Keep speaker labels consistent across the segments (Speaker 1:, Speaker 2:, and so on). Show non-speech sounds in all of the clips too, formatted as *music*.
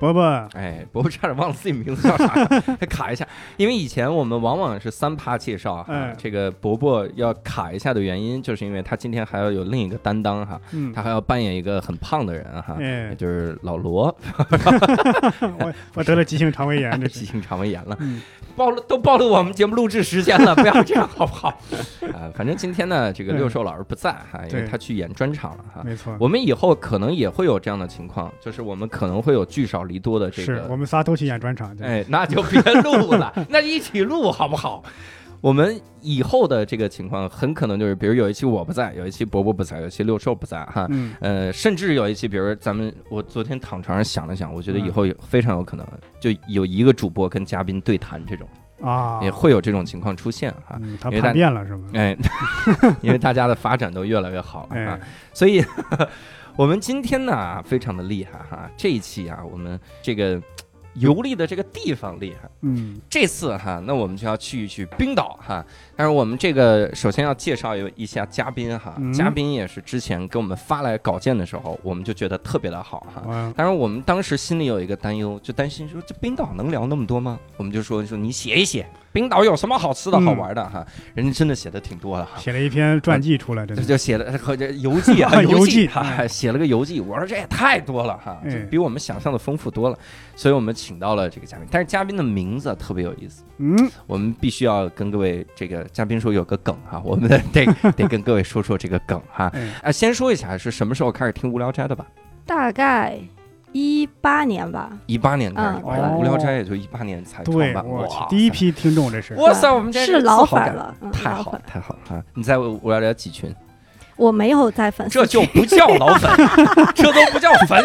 Speaker 1: 伯伯，
Speaker 2: 哎，伯伯差点忘了自己名字 *laughs* 叫啥，还卡一下，因为以前我们往往是三趴介绍啊，
Speaker 1: 哎
Speaker 2: 这个伯伯要卡一下的原因，就是因为他今天还要有另一个担当哈，
Speaker 1: 嗯
Speaker 2: 他，还要扮演一个很胖的人哈，
Speaker 1: 哎，
Speaker 2: 就是老罗，
Speaker 1: 我我得了急性肠胃
Speaker 2: *laughs*
Speaker 1: 炎，这
Speaker 2: 急性肠胃炎了
Speaker 1: 嗯，
Speaker 2: 暴露都暴露我们节目录制时间了，不要这样好不好？ *laughs* 啊，反正今天呢，这个
Speaker 1: 对
Speaker 2: 六兽老师不在哈，因为
Speaker 1: 对
Speaker 2: 他去演专场了哈。
Speaker 1: 没错，
Speaker 2: 哎我们以后可能也会有这样的情况，就是我们可能会有聚少离多的这
Speaker 1: 是我
Speaker 2: 个，
Speaker 1: 们仨都去演专场，对
Speaker 2: 哎，那就别录了， *laughs* 那一起录好不好？我们以后的这个情况很可能就是，比如有一期我不在，有一期伯伯不在，有一期六兽不在哈，
Speaker 1: 嗯，
Speaker 2: 呃，甚至有一期，比如咱们，我昨天躺床上想了想，我觉
Speaker 1: 嗯
Speaker 2: 得以后有非常有可能，就有一个主播跟嘉宾对谈这种，
Speaker 1: 啊，
Speaker 2: 也会有这种情况出现哈、
Speaker 1: 嗯，他
Speaker 2: 因为大
Speaker 1: 叛变了是吗？
Speaker 2: 哎， *laughs* 因为大家的发展都越来越好了啊
Speaker 1: 哎，，
Speaker 2: 所以 *laughs* 我们今天呢非常的厉害哈、这一期啊，我们这个嘖游历的这个地方厉害。
Speaker 1: 嗯，
Speaker 2: 这次哈，那我们就要去一去冰岛哈。但是我们这个首先要介绍一一下嘉宾哈，
Speaker 1: 嗯
Speaker 2: 嘉宾也是之前给我们发来稿件的时候，我们就觉得特别的好哈。
Speaker 1: 我
Speaker 2: 当然，我们当时心里有一个担忧，就担心说这冰岛能聊那么多吗？我们就说说你写一写，冰岛有什么好吃的、
Speaker 1: 嗯
Speaker 2: 好玩的哈？人家真的写的挺多的哈。
Speaker 1: 写了一篇传记出来，真
Speaker 2: 就
Speaker 1: 的，
Speaker 2: 就写了和这游记
Speaker 1: *laughs*
Speaker 2: 啊，
Speaker 1: 游记哎
Speaker 2: 记哈，写了个游记。我说这也太多了哈，
Speaker 1: 嗯
Speaker 2: 这比我们想象的丰富多了，所以我们请到了这个嘉宾。但是嘉宾的名字特别有意思，
Speaker 1: 嗯，
Speaker 2: 我们必须要跟各位这个嘉宾说有个梗哈，我们得
Speaker 1: *laughs*
Speaker 2: 得得跟各位说说这个梗哈。
Speaker 1: 哎，
Speaker 2: 啊，先说一下是什么时候开始听《无聊斋》的吧？
Speaker 3: 大概一八年吧，
Speaker 2: 一八年开始，
Speaker 3: 嗯
Speaker 2: 哇
Speaker 1: 哦
Speaker 2: 无聊斋也就一八年才创
Speaker 1: 对，
Speaker 2: 办，
Speaker 1: 我去
Speaker 2: 哇，
Speaker 1: 第一，批听众这是，
Speaker 2: 哇塞，我们这
Speaker 3: 是老
Speaker 2: 自豪
Speaker 3: 粉
Speaker 2: 感，
Speaker 3: 了，嗯
Speaker 2: 太
Speaker 3: 老
Speaker 2: 好
Speaker 3: 粉
Speaker 2: 了，太好了啊！你在无聊斋几群？
Speaker 3: 我没有在粉丝？
Speaker 2: 这 *laughs* 就不叫老粉，这都不叫
Speaker 1: *laughs*
Speaker 2: 粉，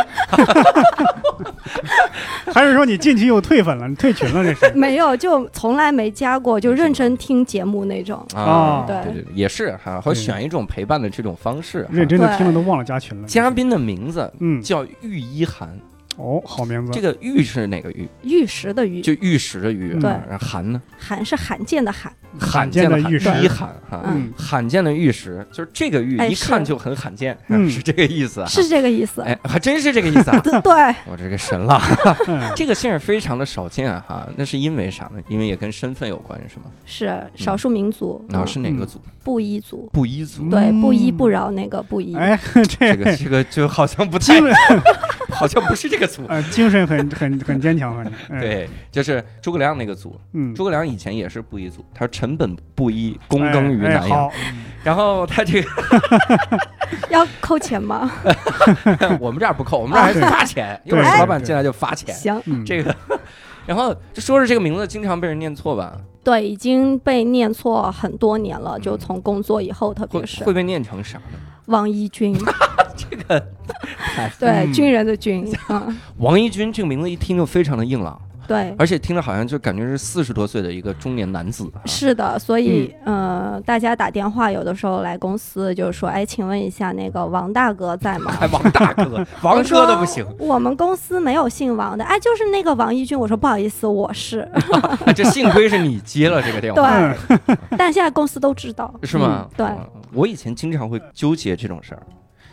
Speaker 1: 还是说你进去又退粉了，你退群了
Speaker 2: *laughs*
Speaker 1: 这是
Speaker 3: 没有，就从来没加过，就
Speaker 2: 没什么
Speaker 3: 认真听节目那种。
Speaker 2: 啊，
Speaker 1: 哦
Speaker 2: 对
Speaker 3: 对
Speaker 2: 对，对也是哈，会选一种陪伴的这种方式哈。
Speaker 1: 认真的听了都忘了加群了。
Speaker 2: 嘉，宾的名字
Speaker 1: 嗯，
Speaker 2: 叫玉一涵，
Speaker 1: 哦，好名字，
Speaker 2: 这个玉是哪个玉？
Speaker 3: 玉石的玉，
Speaker 2: 就玉石的玉。
Speaker 1: 嗯
Speaker 3: 对
Speaker 2: 然后涵呢？
Speaker 3: 罕是罕见的罕，
Speaker 2: 罕
Speaker 1: 罕
Speaker 2: 见
Speaker 1: 见
Speaker 2: 的
Speaker 1: 的玉石
Speaker 2: 一涵哈。
Speaker 1: 嗯，
Speaker 2: 罕见的玉石，就是这个玉
Speaker 3: 哎
Speaker 2: 一看
Speaker 3: 是
Speaker 2: 就很罕见，
Speaker 1: 嗯
Speaker 2: 是这个意思啊。
Speaker 3: *laughs* 是这个意思。
Speaker 2: 哎，还真是这个意思
Speaker 3: *laughs*
Speaker 2: 啊！
Speaker 3: 对对，
Speaker 2: 我这个神了，
Speaker 1: 嗯
Speaker 2: 这个姓儿非常的少见啊哈。那是因为啥呢？因为也跟身份有关，是吗？
Speaker 1: 嗯
Speaker 3: 是少数民族，
Speaker 2: 然后
Speaker 3: 嗯
Speaker 2: 是哪个组？
Speaker 3: 布依族，
Speaker 2: 布依族。
Speaker 3: 对，
Speaker 1: 嗯
Speaker 3: 不依不饶那个不依，
Speaker 1: 哎，
Speaker 2: 这
Speaker 1: 这
Speaker 2: 个
Speaker 1: *laughs*
Speaker 2: 这个就好像不太
Speaker 1: 精，神，
Speaker 2: *laughs* 好像不是这个组。
Speaker 1: 呃，精神很很很坚强，反正，哎，
Speaker 2: 对，就是诸葛亮那个组，
Speaker 1: 嗯，
Speaker 2: 诸葛亮以前也是布依族，他说臣本布衣，躬耕于
Speaker 1: 哎
Speaker 2: 南
Speaker 1: 哎
Speaker 2: 阳。
Speaker 1: 好，
Speaker 2: 然后他这个
Speaker 3: *laughs*
Speaker 2: *laughs*
Speaker 3: 要扣钱吗？
Speaker 2: 我们这儿不扣，我们这儿还
Speaker 1: 啊对
Speaker 2: 发钱，一会儿
Speaker 1: 对
Speaker 2: 老板进来就发钱。
Speaker 3: 行，
Speaker 1: 嗯，
Speaker 2: 这个，然后就说是这个名字经常被人念错吧，
Speaker 3: 对，已经被念错很多年了，就
Speaker 2: 嗯
Speaker 3: 从工作以后，特
Speaker 2: 会
Speaker 3: 别是
Speaker 2: 会被念成啥呢？
Speaker 3: 王一军， *laughs*
Speaker 2: 太
Speaker 3: 对，
Speaker 1: 嗯
Speaker 3: 军人的
Speaker 2: *laughs*
Speaker 3: 军，嗯，
Speaker 2: 王一军这个名字一听就非常的硬朗，
Speaker 3: 对，
Speaker 2: 而且听着好像就感觉是四十多岁的一个中年男子啊。嗯
Speaker 3: 是的，所以、呃，大家打电话有的时候来公司就是说，哎，请问一下那个王大哥
Speaker 2: *laughs*
Speaker 3: 在吗？
Speaker 2: 还王大
Speaker 3: *laughs*
Speaker 2: 哥，王
Speaker 3: 我说
Speaker 2: 哥都不行，
Speaker 3: 我们公司没有姓王的，哎，就是那个王一军。我说不好意思，我是， *laughs*
Speaker 2: 这幸亏是你接了这个电话，
Speaker 3: 对，但现在公司都知道，嗯
Speaker 2: 是吗？
Speaker 3: 对
Speaker 2: 啊，我以前经常会纠结这种事儿，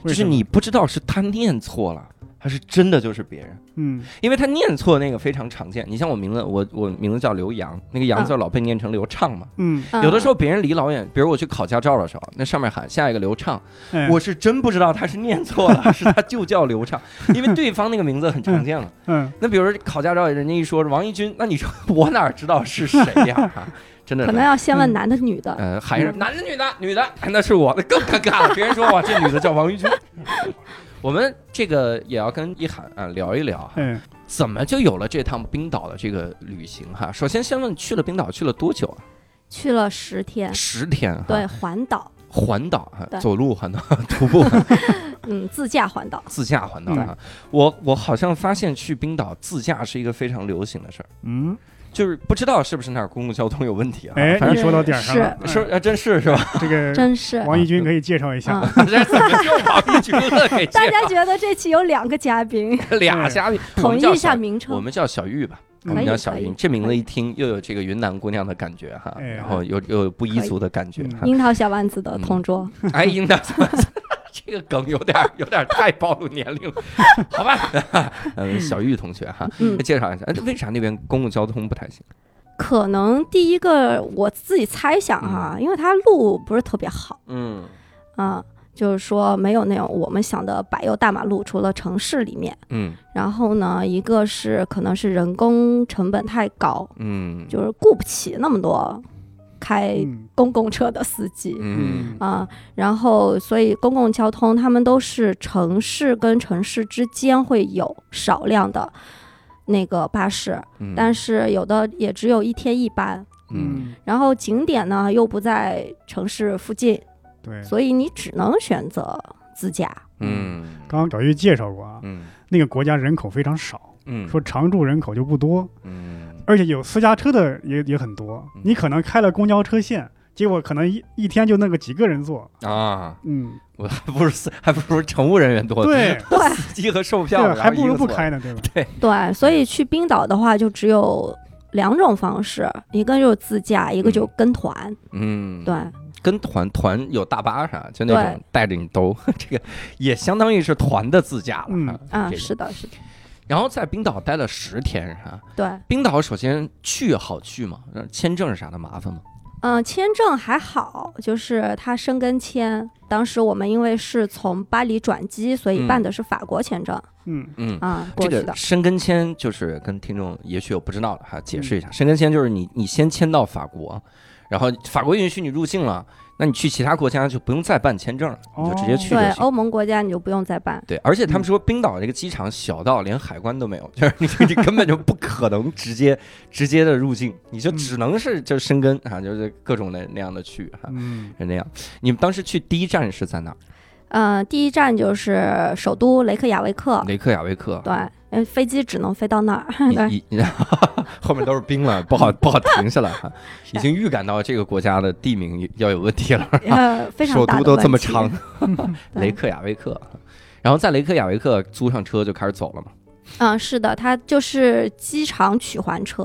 Speaker 2: 就
Speaker 1: 为
Speaker 2: 是
Speaker 1: 什么，
Speaker 2: 你不知道是他念错了，还是真的就是别人，
Speaker 1: 嗯，
Speaker 2: 因为他念错那个非常常见。你像我名字，我我名字叫刘洋，那个洋字老被念成刘畅嘛。
Speaker 1: 嗯，
Speaker 3: 嗯
Speaker 2: 有的时候别人离老远，比如我去考驾照的时候，那上面喊下一个刘畅，
Speaker 1: 哎
Speaker 2: 我，是真不知道他是念错了，是他就叫刘畅，因为对方那个名字很常
Speaker 1: *laughs*
Speaker 2: 见了。
Speaker 1: 嗯，
Speaker 2: 那比如说考驾照，人家一说是王一军，那你说我哪知道是谁呀、
Speaker 3: *laughs*
Speaker 2: 啊？真的
Speaker 3: 可
Speaker 2: 是
Speaker 3: 能。要嗯先问
Speaker 1: 嗯
Speaker 3: 男的女的，
Speaker 2: 呃，还是男的女的，女的，那是我，那更尴尬了。别人说
Speaker 3: *laughs*
Speaker 2: 哇，这女的叫王玉君。我们这个也要跟一涵啊聊一聊哈，
Speaker 1: 哎，
Speaker 2: 怎么就有了这趟冰岛的这个旅行哈？首先先问去了冰岛去了多久啊？
Speaker 3: 去了十天，
Speaker 2: 十天哈，
Speaker 3: 嗯对，，环岛，
Speaker 2: 环岛哈，
Speaker 3: 对
Speaker 2: 走路环岛， *laughs* 徒步环岛
Speaker 3: 嗯，自驾环岛，
Speaker 2: 自驾环岛哈。我我好像发现去冰岛自驾是一个非常流行的事儿。
Speaker 1: 嗯，
Speaker 2: 就是不知道是不是那儿公共交通有问题啊？
Speaker 1: 哎，
Speaker 2: 反
Speaker 1: 你说到点儿上了。
Speaker 2: 正说啊，真是是吧？ *laughs*
Speaker 1: 哎这个
Speaker 3: 真是。
Speaker 1: 王一军可以介绍一下
Speaker 3: 嗯，
Speaker 2: 这怎么又把一局乐给
Speaker 3: 大
Speaker 2: 介
Speaker 3: *laughs* 家觉得这期有两个嘉宾，
Speaker 2: 俩虾米？ *laughs* 我
Speaker 3: 统
Speaker 2: 们
Speaker 3: 一
Speaker 2: 叫
Speaker 3: 一下
Speaker 2: 小
Speaker 3: 名
Speaker 2: 我
Speaker 3: 称。
Speaker 2: 们叫小玉吧，
Speaker 1: 可以
Speaker 2: 我们叫小
Speaker 3: 可以
Speaker 2: 玉。这名字一听又有这个云南姑娘的感觉哈，
Speaker 1: 哎嗯
Speaker 2: 然后又又有布依族的感觉
Speaker 1: 可以
Speaker 2: 哈。
Speaker 3: 樱桃小丸子的
Speaker 2: 嗯
Speaker 3: 同桌，
Speaker 2: 哎，应当 *laughs* 这个梗有点儿有点儿太暴露年龄了，好吧？ *laughs* 嗯，小玉同学哈，
Speaker 3: 嗯
Speaker 2: 介绍一下，哎，为啥那边公共交通不太行？
Speaker 3: 可能第一个我自己猜想哈、因为它路不是特别好
Speaker 2: 嗯
Speaker 3: 啊、就是说没有那种我们想的柏油大马路，除了城市里面，
Speaker 2: 嗯
Speaker 3: 然后呢，一个是可能是人工成本太高，
Speaker 2: 嗯
Speaker 3: 就是雇不起那么多开
Speaker 1: 嗯，
Speaker 3: 公共车的司机
Speaker 2: 嗯
Speaker 3: 啊、然后所以公共交通他们都是城市跟城市之间会有少量的那个巴士，
Speaker 2: 嗯，
Speaker 3: 但
Speaker 2: 是
Speaker 3: 是有的也只有一天一班。
Speaker 2: 嗯
Speaker 1: 嗯，
Speaker 3: 然后景点呢又不在城市附近，
Speaker 1: 对，
Speaker 3: 所以你只能选择自驾。
Speaker 2: 嗯
Speaker 1: 刚刚小玉介绍过啊，
Speaker 2: 嗯
Speaker 1: 那个国家人口非常少，
Speaker 2: 嗯
Speaker 1: 说常住人口就不多，
Speaker 2: 嗯
Speaker 1: 而且有私家车的也也很多
Speaker 2: 嗯。
Speaker 1: 你可能开了公交车线，结果可能一一天就那个几个人坐。
Speaker 2: 啊，
Speaker 1: 嗯，
Speaker 2: 我还不如司还不如乘务人员多，，
Speaker 1: 对，
Speaker 2: *laughs* 司机和售
Speaker 1: 对
Speaker 2: 票的，
Speaker 1: 还不
Speaker 2: 然
Speaker 1: 如不
Speaker 2: 后一个错。
Speaker 1: 开呢，对吧？
Speaker 3: 对，所以去冰岛的话就只有两种方式，一个就是自驾，一个就是跟团。
Speaker 2: 嗯，
Speaker 3: 对，啊
Speaker 2: 跟团团有大巴啥，就那种
Speaker 3: 对
Speaker 2: 带着你兜， *laughs* 这个也相当于是团的自驾了。
Speaker 1: 嗯
Speaker 2: 啊
Speaker 3: 啊，
Speaker 2: 这个
Speaker 3: 是的，是的，
Speaker 2: 然后在冰岛待了十天哈、
Speaker 3: 对，
Speaker 2: 冰岛首先去好去吗？呃签证啥的麻烦吗？
Speaker 3: 嗯、签证还好，就是它申根签，当时我们因为是从巴黎转机，所以办的是法国签证
Speaker 2: *laughs*
Speaker 1: 嗯，
Speaker 2: 嗯。
Speaker 3: 啊，
Speaker 2: 这
Speaker 3: 过去
Speaker 2: 个
Speaker 3: 的。
Speaker 2: 申根签就是跟听众也许有不知道的哈，解释一
Speaker 3: 嗯
Speaker 2: 下，申根签就是你你先签到法国，然后法国允许你入境了，那你去其他国家就不用再办签证了，你就直接去就
Speaker 3: 哦对，嗯
Speaker 2: 行。
Speaker 3: 欧盟国家你就不用再办。
Speaker 2: 对，而且他们说冰岛这个机场小到连海关都没有， *laughs* 就是你你根本就不可能直接直接的入境，你就只能是就申根啊，就是各种的那样的去哈，
Speaker 1: 嗯，
Speaker 2: 是那样。你们当时去第一站是在哪儿？
Speaker 3: 嗯、第一站就是首都雷克雅未克，
Speaker 2: 雷克雅未克。
Speaker 3: 对，因为飞机只能飞到
Speaker 2: *laughs*
Speaker 3: 那儿。对
Speaker 2: 你你后面都是冰了，不好不好停下来
Speaker 3: *laughs*
Speaker 2: 哈，已经预感到这个国家的地名要有问题了。
Speaker 3: 呃，非常
Speaker 2: 首
Speaker 3: 大
Speaker 2: 都都
Speaker 3: 的
Speaker 2: 这
Speaker 3: 问
Speaker 2: 么
Speaker 3: 题
Speaker 2: 长，，
Speaker 3: *laughs*
Speaker 2: *laughs*
Speaker 3: 对
Speaker 2: 雷克雅未克。然后在雷克雅未克租上车就开始走了嘛。
Speaker 3: 嗯，是的，它就是机场取还车。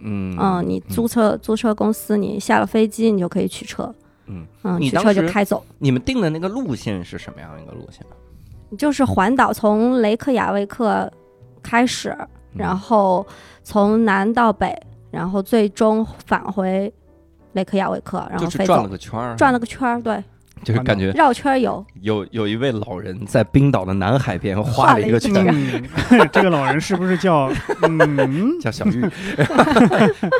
Speaker 2: 嗯
Speaker 3: 嗯，你租车租车公司，你下了飞机，你就可以取车。
Speaker 2: 嗯你
Speaker 3: 取
Speaker 2: 当
Speaker 3: 车就
Speaker 2: 时
Speaker 3: 开走，
Speaker 2: 你们定的那个路线是什么样一个路线？
Speaker 3: 就是环岛，从雷克雅未克开始，
Speaker 2: 嗯
Speaker 3: 然后从南到北，然后最终返回雷克雅未克，然后
Speaker 2: 就是
Speaker 3: 飞
Speaker 2: 转了
Speaker 3: 走，
Speaker 2: 个圈儿，
Speaker 3: 转了个圈儿，对，
Speaker 2: 就是感觉
Speaker 3: 绕圈儿游。
Speaker 2: 有有一位老人在冰岛的南海边画
Speaker 3: 画
Speaker 2: 了
Speaker 3: 了
Speaker 2: 一
Speaker 3: 一
Speaker 2: 个
Speaker 3: 个
Speaker 2: 圈
Speaker 3: 圈
Speaker 2: 儿，
Speaker 1: 嗯 *laughs* 这个老人是不是叫嗯？
Speaker 2: 叫小玉， *laughs*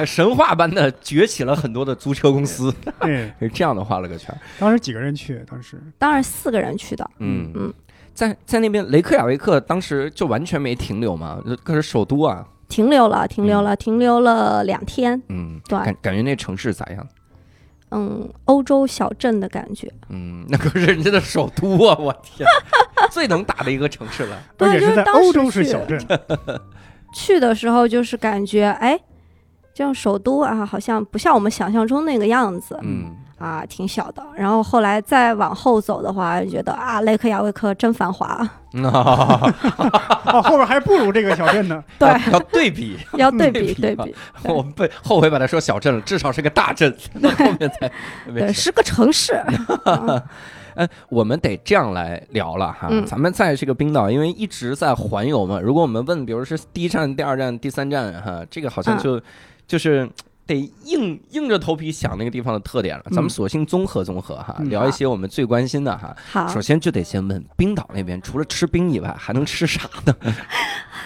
Speaker 2: 神话般的崛起了很多的租车公司，
Speaker 1: 哎，
Speaker 2: 是这样的画了个圈儿。
Speaker 1: 当时几个人去？当时
Speaker 3: 当然四个人去的，
Speaker 2: 嗯
Speaker 3: 嗯，
Speaker 2: 在在那边雷克雅未克当时就完全没停留嘛，可是首都啊，
Speaker 3: 停留了，停留了，停留了两天。
Speaker 2: 嗯，
Speaker 3: 对
Speaker 2: 感感觉那城市咋样？
Speaker 3: 嗯，欧洲小镇的感觉，
Speaker 2: 嗯，那可是人家的首都啊！我天， *laughs* 最能打的一个城市
Speaker 3: *laughs*
Speaker 2: 了。
Speaker 3: 对
Speaker 1: 而且
Speaker 3: 啊就是是
Speaker 1: 在
Speaker 3: 当
Speaker 1: 欧
Speaker 3: 时
Speaker 1: 洲是
Speaker 3: 去
Speaker 1: 小镇， *laughs*
Speaker 3: 去的时候就是感觉，哎，这样首都啊，好像不像我们想象中那个样子、
Speaker 2: 嗯，
Speaker 3: 啊，挺小的。然后后来再往后走的话，就觉得啊，雷克雅未克真繁华，
Speaker 1: *laughs*
Speaker 2: 嗯那
Speaker 1: 哦，后边还不如这个小
Speaker 2: *laughs*
Speaker 1: 镇呢。
Speaker 3: 嗯对，
Speaker 2: 要对比，
Speaker 3: 要对
Speaker 2: 对
Speaker 3: 比
Speaker 2: 比
Speaker 3: 对
Speaker 2: 吧
Speaker 3: 比，对
Speaker 2: 我们被后悔把它说小镇了，至少是个大镇，到 *laughs* 后面才没
Speaker 3: 对，
Speaker 2: 事
Speaker 3: 是个城市，
Speaker 1: 嗯
Speaker 3: 啊
Speaker 2: 哎，我们得这样来聊了哈，
Speaker 3: 嗯
Speaker 2: 咱们在这个冰岛，因为一直在环游嘛。如果我们问，比如是第一站、第二站、第三站哈，这个好像
Speaker 3: 嗯
Speaker 2: 就、就是得硬硬着头皮想那个地方的特点了。咱们
Speaker 1: 嗯
Speaker 2: 索性综合综合哈，
Speaker 1: 嗯
Speaker 2: 聊一些我们最关心的哈。
Speaker 3: 好
Speaker 2: 首，先就得先问冰岛那边，除了吃冰以外，还能吃啥呢？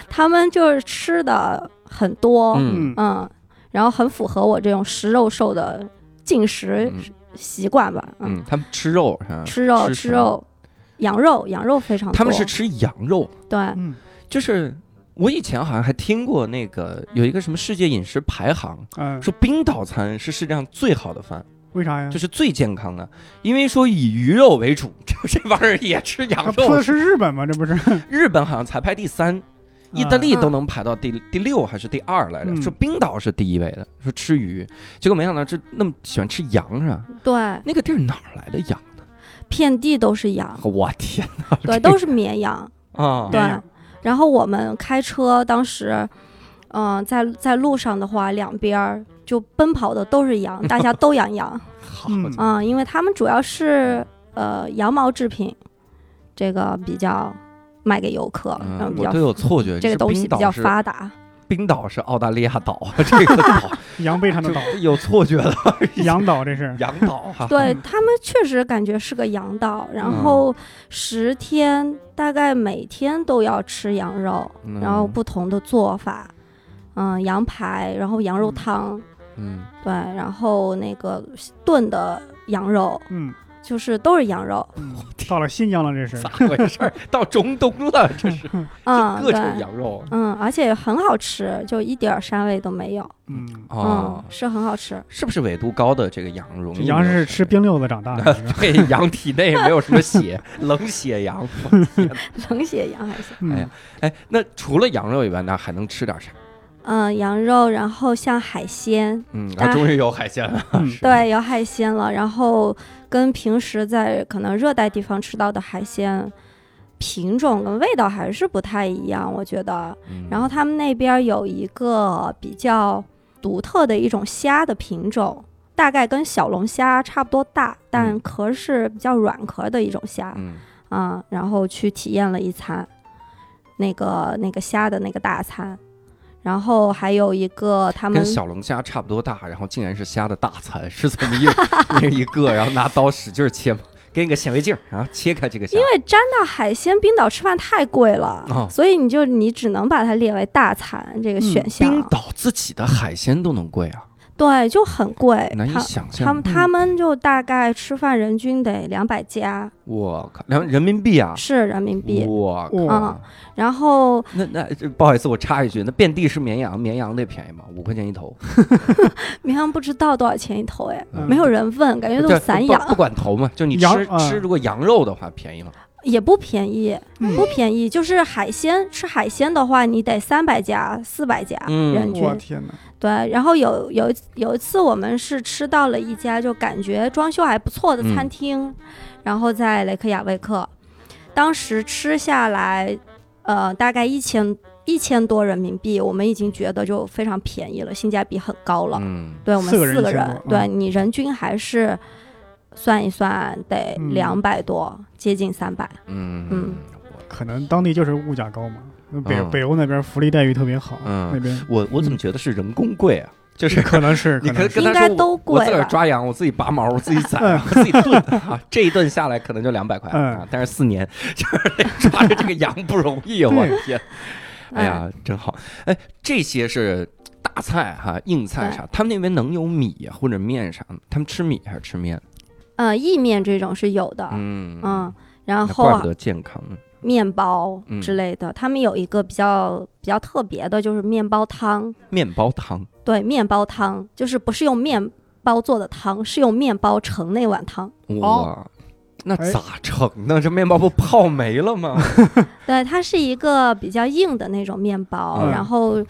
Speaker 3: 他们就是吃的很多，
Speaker 1: 嗯，
Speaker 3: 嗯，然后很符合我这种食肉兽的进食
Speaker 2: 嗯
Speaker 3: 习惯吧，嗯，
Speaker 2: 嗯，他们吃肉是吧？
Speaker 3: 吃肉
Speaker 2: 吃
Speaker 3: 吃
Speaker 2: 什么
Speaker 3: 肉，啊羊肉羊肉非常多，
Speaker 2: 他们是吃羊肉，
Speaker 3: 对，
Speaker 1: 嗯
Speaker 2: 就是我以前好像还听过那个有一个什么世界饮食排行，
Speaker 1: 嗯，
Speaker 2: 说冰岛餐是世界上最好的饭，
Speaker 1: 为啥呀
Speaker 2: 就？是最健康的，因为说以鱼肉为 *laughs* 主，这这帮人也吃羊
Speaker 1: 他说
Speaker 2: 肉
Speaker 1: 的。是日本吗？这不是？
Speaker 2: 日本好像才排第三， *laughs* 意大
Speaker 3: 嗯
Speaker 2: 利都能排到第第六还是第二来着？
Speaker 1: 嗯
Speaker 2: 说冰岛是第一位的，说吃鱼，结果没想到这那么喜欢吃羊是吧？
Speaker 3: 对，
Speaker 2: 那个地儿哪儿来的羊？啊
Speaker 3: 遍地都是
Speaker 2: *laughs*
Speaker 3: 羊，
Speaker 2: 我
Speaker 1: *laughs*
Speaker 2: 天
Speaker 3: 对，都是绵羊，
Speaker 2: 啊！
Speaker 3: 对
Speaker 1: 绵羊。
Speaker 3: 然后我们开车，当时，嗯、在在路上的话，两边儿就奔跑的都是羊，大家都
Speaker 2: *laughs*
Speaker 3: 养羊，
Speaker 2: 好
Speaker 1: 嗯
Speaker 2: 家伙
Speaker 3: 嗯，因为他们主要是呃羊毛制品，这个比较卖给游客，然后
Speaker 2: 嗯，
Speaker 3: 比
Speaker 2: 我
Speaker 3: 较
Speaker 2: 都有错觉，
Speaker 3: 这个
Speaker 2: 是
Speaker 3: 东西
Speaker 2: 冰
Speaker 3: 比
Speaker 2: 岛
Speaker 3: 较
Speaker 2: 是
Speaker 3: 发达，
Speaker 2: 冰岛是澳大利亚岛，啊这个
Speaker 1: *laughs*
Speaker 2: 岛
Speaker 1: 羊背上的岛，
Speaker 2: 就有错觉了， *laughs*
Speaker 1: 羊岛这是。
Speaker 2: 羊岛啊哈。
Speaker 3: 对
Speaker 1: 嗯
Speaker 3: 他们确实感觉是个羊岛，然
Speaker 2: 嗯
Speaker 3: 后十天大概每天都要吃羊肉，
Speaker 2: 嗯
Speaker 3: 然后不同的做法，嗯，羊排，然后羊肉
Speaker 1: 嗯
Speaker 3: 汤，
Speaker 2: 嗯，
Speaker 3: 对，然后那个炖的羊肉，
Speaker 1: 嗯，
Speaker 3: 就是都是羊肉，
Speaker 1: 嗯到了新疆了，这是
Speaker 2: 咋。回事儿？到中东了，这是
Speaker 3: 嗯，
Speaker 2: 各
Speaker 3: 对，
Speaker 2: 种羊肉啊
Speaker 3: 嗯，而且很好吃，就一点儿膻味都没有，
Speaker 1: 嗯，
Speaker 2: 啊
Speaker 3: 嗯，。是很好吃，
Speaker 2: 是不是纬度高的这个羊容
Speaker 1: 这
Speaker 2: 易？
Speaker 1: 羊是
Speaker 2: *laughs*
Speaker 1: 吃。冰溜子长大的，是吧
Speaker 2: 对，羊体内没有什么血，冷血羊。
Speaker 3: 冷血羊还行。
Speaker 2: *laughs* 哎
Speaker 1: 嗯
Speaker 2: 呀，哎，那除了羊肉以外，那还能吃点啥？
Speaker 3: 嗯，羊肉，然后像海鲜，
Speaker 2: 嗯，
Speaker 3: 啊
Speaker 2: 啊，终于有海鲜了。
Speaker 1: 嗯
Speaker 2: 是，
Speaker 3: 对，有海鲜了，然后跟平时在可能热带地方吃到的海鲜品种跟味道还是不太一样，我觉得。
Speaker 2: 嗯
Speaker 3: 然后他们那边有一个比较独特的一种虾的品种，大概跟小龙虾差不多大，但
Speaker 2: 嗯
Speaker 3: 壳是比较软壳的一种虾啊、
Speaker 2: 嗯，
Speaker 3: 然后去体验了一餐，那个那个虾的那个大餐，然后还有一个他们
Speaker 2: 跟小龙虾差不多大，然后竟然是虾的大餐，是怎
Speaker 3: *laughs*
Speaker 2: 么一那一个，然后拿刀使劲儿切吗？给你个显微镜，然后切开这个虾。
Speaker 3: 因为沾到海鲜，冰岛吃饭太贵了，
Speaker 2: 哦嗯
Speaker 3: 所以你就你只能把它列为大餐这个选项。
Speaker 2: 冰岛自己的海鲜都能贵啊，
Speaker 3: 对，就很贵，
Speaker 2: 难以
Speaker 3: 哎他
Speaker 2: 想
Speaker 3: 他
Speaker 2: 象嗯
Speaker 3: 们。他们就大概吃饭人均得两百加
Speaker 2: 我靠，两人民币啊！
Speaker 3: 是人民币，
Speaker 2: 我
Speaker 3: 嗯
Speaker 2: 靠，
Speaker 3: 然后
Speaker 2: 那那这不好意思，我插一句，那遍地是绵羊，绵羊那便宜吗？五块钱一头，
Speaker 3: 绵羊不知道多少钱一头哎，
Speaker 2: 嗯
Speaker 3: 没有人问，感觉都
Speaker 2: 对
Speaker 3: 是散
Speaker 2: 不不
Speaker 3: 养，
Speaker 2: 管头嘛，就你
Speaker 1: 羊
Speaker 2: 吃
Speaker 1: 啊
Speaker 2: 吃，如果羊肉的话便宜了，
Speaker 3: 也不便宜，
Speaker 1: 嗯
Speaker 3: 不便宜。就是海鲜吃海鲜的话，你得三百加四百加
Speaker 2: 嗯
Speaker 3: 人均。
Speaker 1: 我天哪！
Speaker 3: 对，然后有有一有一次我们是吃到了一家就感觉装修还不错的餐
Speaker 2: 嗯
Speaker 3: 厅，然后在雷克雅未克，当时吃下来，呃，大概一千一千多人民币，我们已经觉得就非常便宜了，性价比很高了。
Speaker 2: 嗯，
Speaker 3: 对我们
Speaker 1: 四个
Speaker 3: 四
Speaker 1: 人
Speaker 3: 个
Speaker 1: 1000
Speaker 3: 人，
Speaker 1: 多
Speaker 3: 对你人均还是算一算得
Speaker 1: 嗯
Speaker 3: 两百多，接近三百。
Speaker 2: 嗯
Speaker 3: 嗯
Speaker 1: 可能当地就是物价高嘛，北
Speaker 2: 嗯
Speaker 1: 北欧那边福利待遇特别好，
Speaker 2: 嗯
Speaker 1: 那边
Speaker 2: 我我怎么觉得是人工贵啊？就是
Speaker 1: 可能是
Speaker 2: *laughs* 你
Speaker 1: 嗯可
Speaker 2: 跟跟
Speaker 1: 能是
Speaker 2: 他
Speaker 3: 应该
Speaker 2: 说我
Speaker 3: 都贵
Speaker 2: 我自个儿
Speaker 3: 吧
Speaker 2: 抓羊，我自己拔毛，我
Speaker 1: *laughs*
Speaker 2: 自己宰，我自己炖啊，这一顿下来可能就两百块
Speaker 1: 嗯
Speaker 2: 啊，但是四年就是 *laughs* 抓着这个羊不容易，我的天！哎
Speaker 3: 嗯，
Speaker 2: 呀，真好！哎，这些是大菜哈、硬菜啥？他们那边能有米或者面啥吗？他们吃米还是吃面？
Speaker 3: 呃，意面这种是有的，
Speaker 2: 嗯
Speaker 3: 嗯，然
Speaker 2: 那
Speaker 3: 后
Speaker 2: 怪
Speaker 3: 啊
Speaker 2: 不得健康。
Speaker 3: 面包
Speaker 2: 嗯
Speaker 3: 之类的，他们有一个比较比较特别的，就是面包汤。
Speaker 2: 面包汤
Speaker 3: 对，面包汤就是不是用面包做的汤，是用面包盛那碗汤。
Speaker 2: 哇，
Speaker 1: 哦
Speaker 2: 那
Speaker 1: 哎
Speaker 2: 咋盛呢？这 *laughs* 面包不泡没了吗？
Speaker 3: 对，它是一个比较硬的那种面包，
Speaker 2: 嗯
Speaker 3: 然后，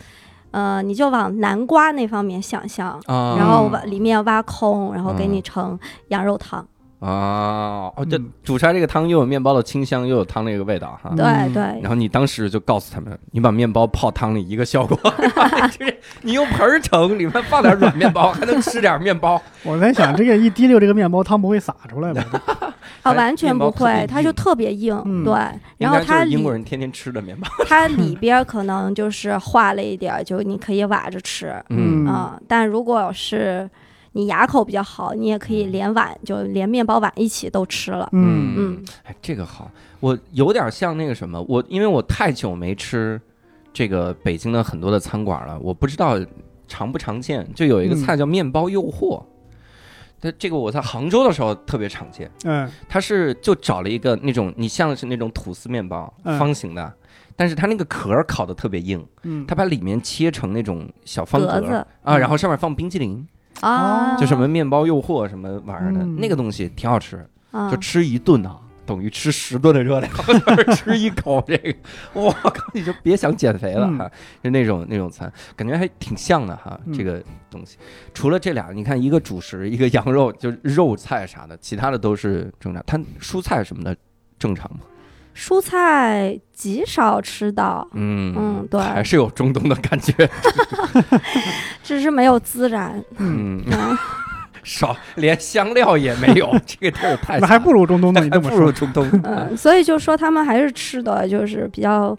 Speaker 3: 呃，你就往南瓜那方面想象，
Speaker 2: 啊，
Speaker 3: *laughs* 然后把里面挖空，然后给
Speaker 2: 嗯
Speaker 3: 你盛羊肉汤。
Speaker 2: 啊，哦，这
Speaker 1: 嗯
Speaker 2: 煮出来这个汤又有面包的清香，又有汤的一个味道哈。
Speaker 1: 嗯
Speaker 3: 对对
Speaker 2: 然后你当时就告诉他们，你把面包泡汤里一个
Speaker 3: *laughs*
Speaker 2: 效果， *laughs* 就是你用盆儿盛，里面放点软面包，还能吃点面包。
Speaker 1: 我在想这个一滴溜这个面包汤不会洒出来吧？
Speaker 2: *laughs*
Speaker 3: 啊，
Speaker 2: 哎
Speaker 3: 完全
Speaker 2: 面包
Speaker 3: 不
Speaker 2: 特别
Speaker 3: 会，它就
Speaker 2: 硬
Speaker 3: 特别硬。
Speaker 1: 嗯
Speaker 3: 对， *laughs* 然
Speaker 2: 应
Speaker 3: 后
Speaker 2: 该就
Speaker 3: 它
Speaker 2: 是
Speaker 3: 里
Speaker 2: 英国人天天吃的面包。
Speaker 3: 它里边儿可能就是化了一点儿，就你可以挖着吃。
Speaker 1: 嗯
Speaker 3: 啊、但如果是你牙口比较好，你也可以连碗就连面包碗一起都吃了。
Speaker 1: 嗯，
Speaker 3: 嗯，
Speaker 2: 哎，这个好，我有点像那个什么，我因为我太久没吃这个北京的很多的餐馆了，我不知道常不常见。就有一个
Speaker 1: 嗯
Speaker 2: 菜叫面包诱惑，它、这个我在杭州的时候特别常见。
Speaker 1: 嗯
Speaker 2: 它是就找了一个那种你像是那种吐司面包，
Speaker 1: 嗯
Speaker 2: 方形的，但是它那个壳儿烤的特别硬，
Speaker 1: 嗯，
Speaker 2: 它把里面切成那种小方格
Speaker 3: 格子
Speaker 2: 啊，
Speaker 1: 嗯
Speaker 2: 然后上面放冰激凌，
Speaker 3: 啊，
Speaker 2: 哦就什么面包诱惑什么玩意儿的，
Speaker 1: 嗯
Speaker 2: 那个东西挺好吃，
Speaker 3: 啊
Speaker 2: 就吃一顿啊，等于吃十顿的热量，就是吃一口这个，我靠，你就别想减肥了哈，就那种那种餐，感觉还挺像的哈，
Speaker 1: 嗯
Speaker 2: 这个东西。除了这俩，你看一个主食，一个羊肉，就是肉菜啥的，其他的都是正常。它蔬菜什么的正常吗？
Speaker 3: 蔬菜极少吃到，
Speaker 2: 嗯
Speaker 3: 嗯对
Speaker 2: 还是有中东的感觉，
Speaker 3: 只是没有孜然。
Speaker 2: 嗯，
Speaker 3: 嗯
Speaker 2: 少连香料也没有，这个地儿太
Speaker 1: 那还不如中东呢。你
Speaker 2: 还
Speaker 1: 这么
Speaker 2: 不如
Speaker 1: 说，
Speaker 2: 中东，啊
Speaker 3: 嗯，所以就说他们还是吃的就是比较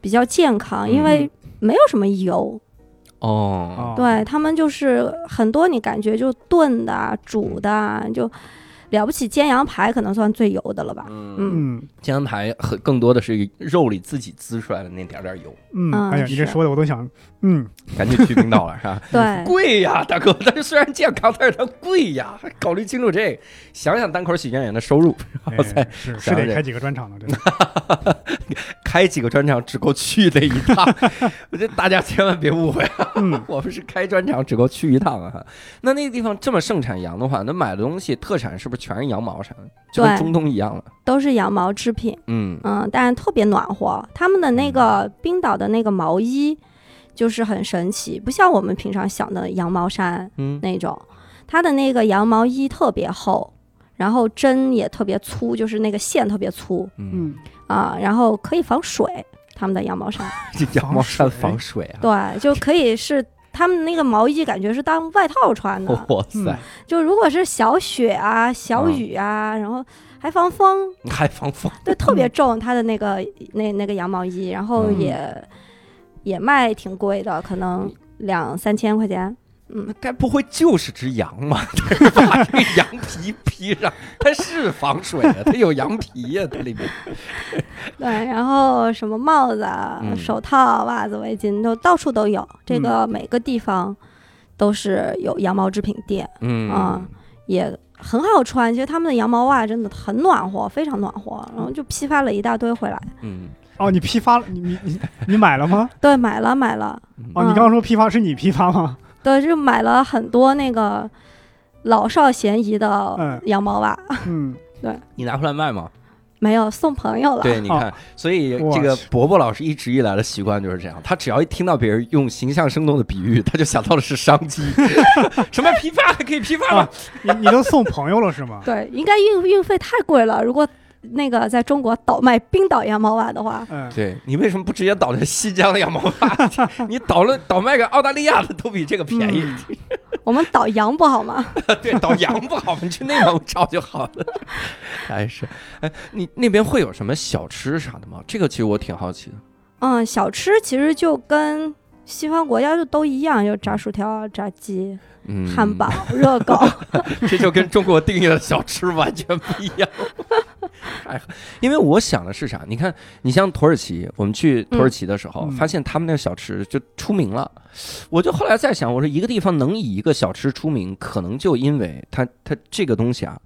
Speaker 3: 比较健康，因为没有什么油。
Speaker 2: 哦，
Speaker 1: 哦，
Speaker 3: 对他们就是很多你感觉就炖的啊、煮的啊，就了不起煎羊排可能算最油的了吧。嗯
Speaker 1: 嗯
Speaker 2: 煎羊排很更多的是肉里自己滋出来的那点儿点儿油，
Speaker 1: 嗯，
Speaker 3: 嗯
Speaker 1: 哎呀，你这
Speaker 3: 是
Speaker 1: 说的我都想，
Speaker 2: *laughs*
Speaker 1: 嗯，
Speaker 2: 赶紧去冰岛了是吧？
Speaker 3: 对，
Speaker 2: *laughs* 贵呀，大哥！但是虽然健康，但是它贵呀，考虑清楚这个。想想单口喜剧演员的收入，
Speaker 1: 哎
Speaker 2: 我在
Speaker 1: 是是
Speaker 2: 想
Speaker 1: 得
Speaker 2: 这
Speaker 1: 开几个专场了，真的。
Speaker 2: 开几个专场只够去那一趟。 *laughs* 我觉得大家千万别误会，啊
Speaker 1: 嗯
Speaker 2: *laughs* 我们是开专场只够去一趟啊。那那个地方这么盛产羊的话，那买的东西特产是不是全是羊毛啥的？就跟
Speaker 3: 对
Speaker 2: 中东一样了。
Speaker 3: 都是羊毛制品。
Speaker 2: 嗯，
Speaker 3: 嗯，但特别暖和。他们的那个冰岛的那个毛衣，就是很神奇，不像我们平常想的羊毛衫
Speaker 2: 嗯
Speaker 3: 那种。它的那个羊毛衣特别厚，然后针也特别粗，就是那个线特别粗
Speaker 2: 嗯，
Speaker 1: 嗯，
Speaker 3: 啊、然后可以防水。他们的羊毛衫，
Speaker 2: *laughs* 这羊毛衫
Speaker 1: 防
Speaker 2: 防水啊！
Speaker 3: 对，就可以是他们那个毛衣，感觉是当外套穿的。
Speaker 2: 哇
Speaker 1: 嗯
Speaker 2: 塞，
Speaker 3: 就如果是小雪啊、小
Speaker 2: 哦嗯
Speaker 3: 雨啊，然后还防风，
Speaker 2: 还防风
Speaker 3: 对，特别重，它的那个那那个羊毛衣，然后
Speaker 2: 嗯
Speaker 3: 也、也卖挺贵的，可能两三千块钱。
Speaker 2: 那该不会就是只羊 *laughs* 吧？对吧？这个羊皮披上，它是防水啊，它有羊皮呀、它里
Speaker 1: *laughs*
Speaker 2: 面。
Speaker 3: 对，然后什么帽子啊、
Speaker 2: 嗯
Speaker 3: 手套、袜子、围巾都到处都有，这
Speaker 1: 嗯
Speaker 3: 个每个地方都是有羊毛制品店，
Speaker 2: 嗯
Speaker 3: 啊也很好穿。其实他们的羊毛袜真的很暖和，非常暖和。然后就批发了一大堆回来，
Speaker 2: 嗯，
Speaker 1: 哦，你批发了，你你你你买了吗？
Speaker 3: 对，买了买了，
Speaker 1: 哦，
Speaker 3: 嗯
Speaker 1: 你刚刚说批发是你批发吗？
Speaker 3: 对，就买了很多那个老少咸宜的
Speaker 1: 嗯
Speaker 3: 羊毛袜。
Speaker 1: 嗯，
Speaker 2: 你拿回来卖吗？
Speaker 3: 没有送朋友了。
Speaker 2: 对，你看，所以这个
Speaker 1: 我去
Speaker 2: 伯伯老师一直以来的习惯就是这样，他只要一听到别人用形象生动的比喻，他就想到的是商
Speaker 1: *laughs*
Speaker 2: 机，什么批发还可以批发
Speaker 1: 啊
Speaker 2: 吗？
Speaker 1: 你你都送朋友了
Speaker 2: *laughs*
Speaker 1: 是吗？
Speaker 3: 对，应该运运费太贵了。如果那个在中国倒卖冰岛羊毛袜的话， *laughs*
Speaker 1: 嗯，
Speaker 2: 对你为什么不直接倒在新疆的羊毛袜？你倒了倒卖给澳大利亚的都比这个便
Speaker 1: 嗯
Speaker 2: 宜。
Speaker 3: 我们倒羊不好吗？
Speaker 2: *laughs* 对，倒羊不好，我们去内蒙找就好了。还是，哎，你那边会有什么小吃啥的吗？这个其实我挺好奇的。
Speaker 3: 嗯，小吃其实就跟西方国家就都一样，就炸薯条、炸鸡、
Speaker 2: 嗯，
Speaker 3: 汉堡、热
Speaker 2: *laughs*
Speaker 3: 狗。
Speaker 2: 这就跟中国定义的小吃完全不一样。哎，因为我想的是啥？你看，你像土耳其，我们去土耳其的时候，
Speaker 1: 嗯嗯
Speaker 2: 发现他们那个小吃就出名了。我就后来在想，我说一个地方能以一个小吃出名，可能就因为它它这个东西啊，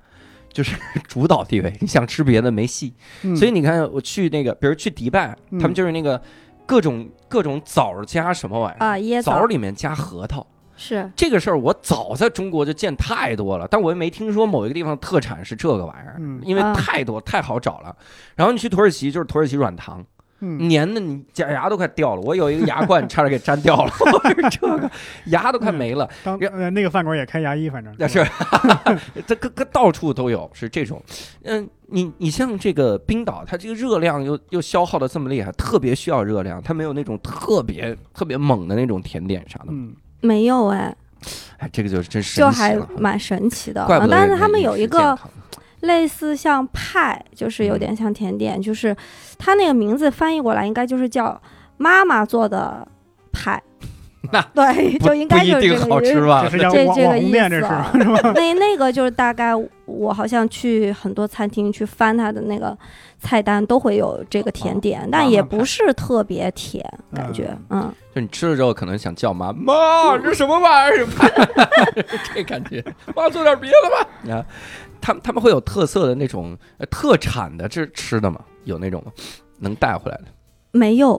Speaker 2: 就是 *laughs* 主导地位。你想吃别的没戏，
Speaker 1: 嗯
Speaker 2: 所以你看，我去那个，比如去迪拜，
Speaker 1: 嗯
Speaker 2: 他们就是那个各种各种枣儿加什么玩意儿，
Speaker 3: 啊，椰
Speaker 2: 枣儿
Speaker 3: 枣
Speaker 2: 里面加核桃。
Speaker 3: 是
Speaker 2: 这个事儿我早在中国就见太多了，但我也没听说某一个地方特产是这个玩意儿，
Speaker 1: 嗯啊
Speaker 2: 因为
Speaker 3: 啊
Speaker 2: 太多太好找了。然后你去土耳其就是土耳其软糖，
Speaker 1: 嗯
Speaker 2: 粘的你假牙都快掉了，我有一个牙冠 *laughs* 差点给粘掉了，这个牙
Speaker 1: 嗯
Speaker 2: 都快没了。
Speaker 1: 当呃那个饭馆也开牙医，反正
Speaker 2: 那啊 *laughs* 是，这各各到处都有是这种，嗯，你你像这个冰岛，它这个热量又又消耗的这么厉害，特别需要热量，它没有那种特别特别猛的那种甜点啥的，
Speaker 1: 嗯
Speaker 3: 没有哎，
Speaker 2: 哎，这个就是真神
Speaker 3: 就
Speaker 2: 奇
Speaker 3: 还
Speaker 2: 了
Speaker 3: 蛮神奇的。
Speaker 2: 怪不
Speaker 3: 嗯
Speaker 2: 得
Speaker 3: 但是
Speaker 2: 人
Speaker 3: 他
Speaker 2: 家
Speaker 3: 们
Speaker 2: 饮
Speaker 3: 有
Speaker 2: 食
Speaker 3: 一
Speaker 2: 健
Speaker 3: 个
Speaker 2: 康
Speaker 3: 类似像派，就是有点像甜点，就是它那个名字翻译过来应该就是叫妈妈做的派。
Speaker 2: *laughs* 那
Speaker 3: 对，
Speaker 2: 不
Speaker 3: 就应该
Speaker 2: 不
Speaker 3: 就
Speaker 2: 一
Speaker 3: 是
Speaker 2: 定
Speaker 3: 这个
Speaker 2: 好
Speaker 3: 意
Speaker 2: 吃
Speaker 3: 思。
Speaker 2: 吧
Speaker 1: 这？是家
Speaker 3: 这
Speaker 1: 网
Speaker 3: 这个
Speaker 1: 网红店，
Speaker 3: 意
Speaker 1: 这
Speaker 3: 思
Speaker 1: 是
Speaker 3: 啊 *laughs* 那那个就是大概我好像去很多餐厅去翻它的那个菜单，都会有这个甜点，但也不是特别甜，
Speaker 1: 嗯
Speaker 3: 感觉嗯
Speaker 2: 就你吃了之后，可能想叫妈 *laughs* 妈，这什么玩意儿？这感觉，妈做点别的吧。 *laughs* 啊，他们他们会有特色的那种呃特产的这吃的吗？有那种吗？能带回来的？
Speaker 3: 没有。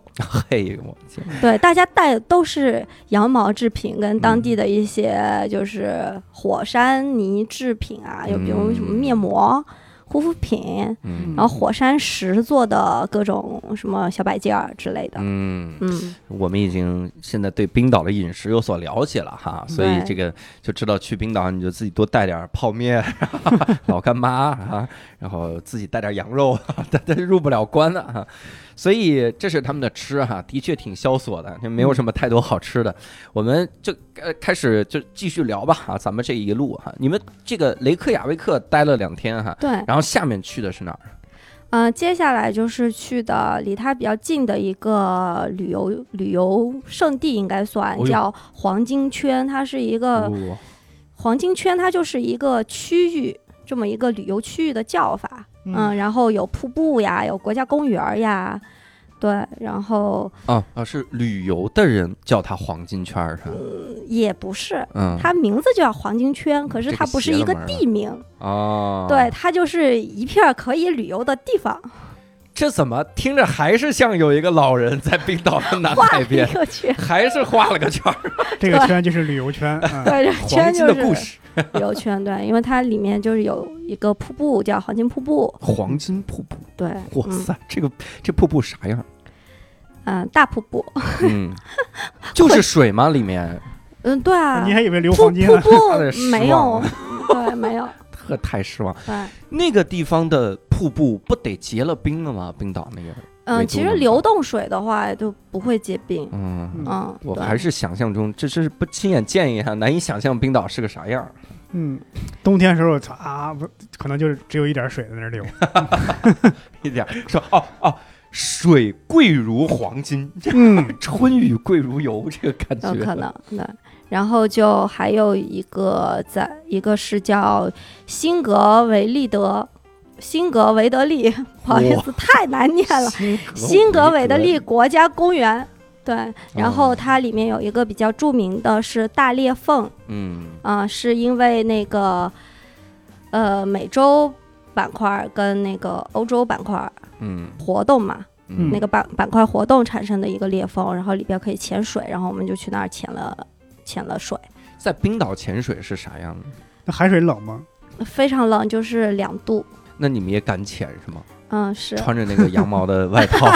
Speaker 2: 嘿，我天，
Speaker 3: 对，大家带的都是羊毛制品跟当
Speaker 2: 嗯
Speaker 3: 地的一些就是火山泥制品啊，有比如什么面膜。护肤品，
Speaker 2: 嗯
Speaker 3: 然后火山石做的各种什么小摆件儿之类的。
Speaker 2: 嗯，
Speaker 3: 嗯，
Speaker 2: 我们已经现在对冰岛的饮食有所了解了哈，所以
Speaker 3: 对
Speaker 2: 这个就知道去冰岛你就自己多带点泡面、 *laughs* 老干妈啊，然后自己带点羊肉， *laughs* 但但入不了关的啊。所以这是他们的吃哈，的确挺萧索的，就没有什么太多好吃的。我们就呃开始就继续聊吧哈，咱们这一路哈，你们这个雷克雅未克待了两天哈，
Speaker 3: 对，
Speaker 2: 然后下面去的是哪儿？
Speaker 3: 嗯、接下来就是去的离它比较近的一个旅游旅游胜地，应该算
Speaker 2: 哦呦
Speaker 3: 叫黄金圈，它是一个
Speaker 2: 哦
Speaker 3: 黄金圈，它就是一个区域，这么一个旅游区域的叫法。
Speaker 4: 嗯
Speaker 3: 嗯，然后有瀑布呀，有国家公园儿呀，对，然后
Speaker 2: 啊啊，是旅游的人叫它黄金圈儿是吧？
Speaker 3: 也不是，
Speaker 2: 嗯，
Speaker 3: 它名字就叫黄金圈，可是
Speaker 2: 这个
Speaker 3: 它不是
Speaker 2: 邪
Speaker 3: 一
Speaker 2: 了
Speaker 3: 个
Speaker 2: 门儿啊了
Speaker 3: 地名，
Speaker 2: 哦，
Speaker 3: 对，，它就是一片儿可以旅游的地方。
Speaker 2: 这怎么听着还是像有一个老人在冰岛的南
Speaker 3: 画
Speaker 2: 海 *laughs*
Speaker 3: 了 *laughs* 一
Speaker 2: 边，
Speaker 3: 个圈，
Speaker 2: 还是画了个圈儿，
Speaker 1: 这个圈就是旅游圈，嗯
Speaker 3: 对，这
Speaker 2: 黄
Speaker 3: 圈
Speaker 2: 金
Speaker 3: 就
Speaker 2: 的故
Speaker 3: 是
Speaker 2: 事，
Speaker 3: 旅游圈，对，因为它里面就是有一个瀑布叫黄金瀑布，
Speaker 2: *laughs* 黄金瀑布，
Speaker 3: 对，
Speaker 2: 哇
Speaker 3: 嗯，
Speaker 2: 塞，这个这瀑布啥样？
Speaker 3: 嗯，大瀑布，
Speaker 2: *laughs* 嗯，就是水吗？里面
Speaker 3: 嗯，对啊
Speaker 1: 你，还以为流
Speaker 3: 瀑
Speaker 1: 黄金
Speaker 3: 瀑
Speaker 1: 呢？
Speaker 2: *laughs* 他得
Speaker 3: 布
Speaker 2: 失
Speaker 3: 没有
Speaker 2: 望，
Speaker 3: 对，没有，
Speaker 2: 特太失望。
Speaker 3: 对。
Speaker 2: *laughs* 那个地方的瀑布不得结了冰了吗？冰岛那个，唯
Speaker 3: 嗯，
Speaker 2: 独
Speaker 3: 其
Speaker 2: 那
Speaker 3: 实
Speaker 2: 么
Speaker 3: 流动水的话就不会结冰。
Speaker 2: 嗯，
Speaker 1: 嗯
Speaker 3: 嗯，
Speaker 2: 我
Speaker 3: 对
Speaker 2: 还是想象中，这这是不亲眼见一下，难以想象冰岛是个啥样儿。
Speaker 1: 嗯，冬天时候啊，不可能就是只有一点水在那儿流。
Speaker 2: 一点儿说哦哦，水贵如黄金，
Speaker 1: 嗯，
Speaker 2: 春雨贵如油，这个感
Speaker 3: 有
Speaker 2: 觉
Speaker 3: 嗯哦可能对。然后就还有一个在一个是叫辛格维利德，辛格维德利， *laughs* 不好意思，太难念了。辛格维德利哦国家公园，对。然后它里面有一个比较著名的是大裂缝，
Speaker 2: 嗯
Speaker 3: 啊、是因为那个呃美洲板块跟那个欧洲板块
Speaker 2: 嗯
Speaker 3: 活动嘛，
Speaker 2: 嗯，
Speaker 3: 那个板板块活动产生的一个裂缝，然后里边可以潜水，然后我们就去那儿潜了潜了水，
Speaker 2: 在冰岛潜水是啥样的？
Speaker 1: 那海水冷吗？
Speaker 3: 非常冷，就是两度。
Speaker 2: 那你们也敢潜是吗？
Speaker 3: 嗯，是，
Speaker 2: 穿着那个羊毛的外
Speaker 3: *laughs*
Speaker 2: 套，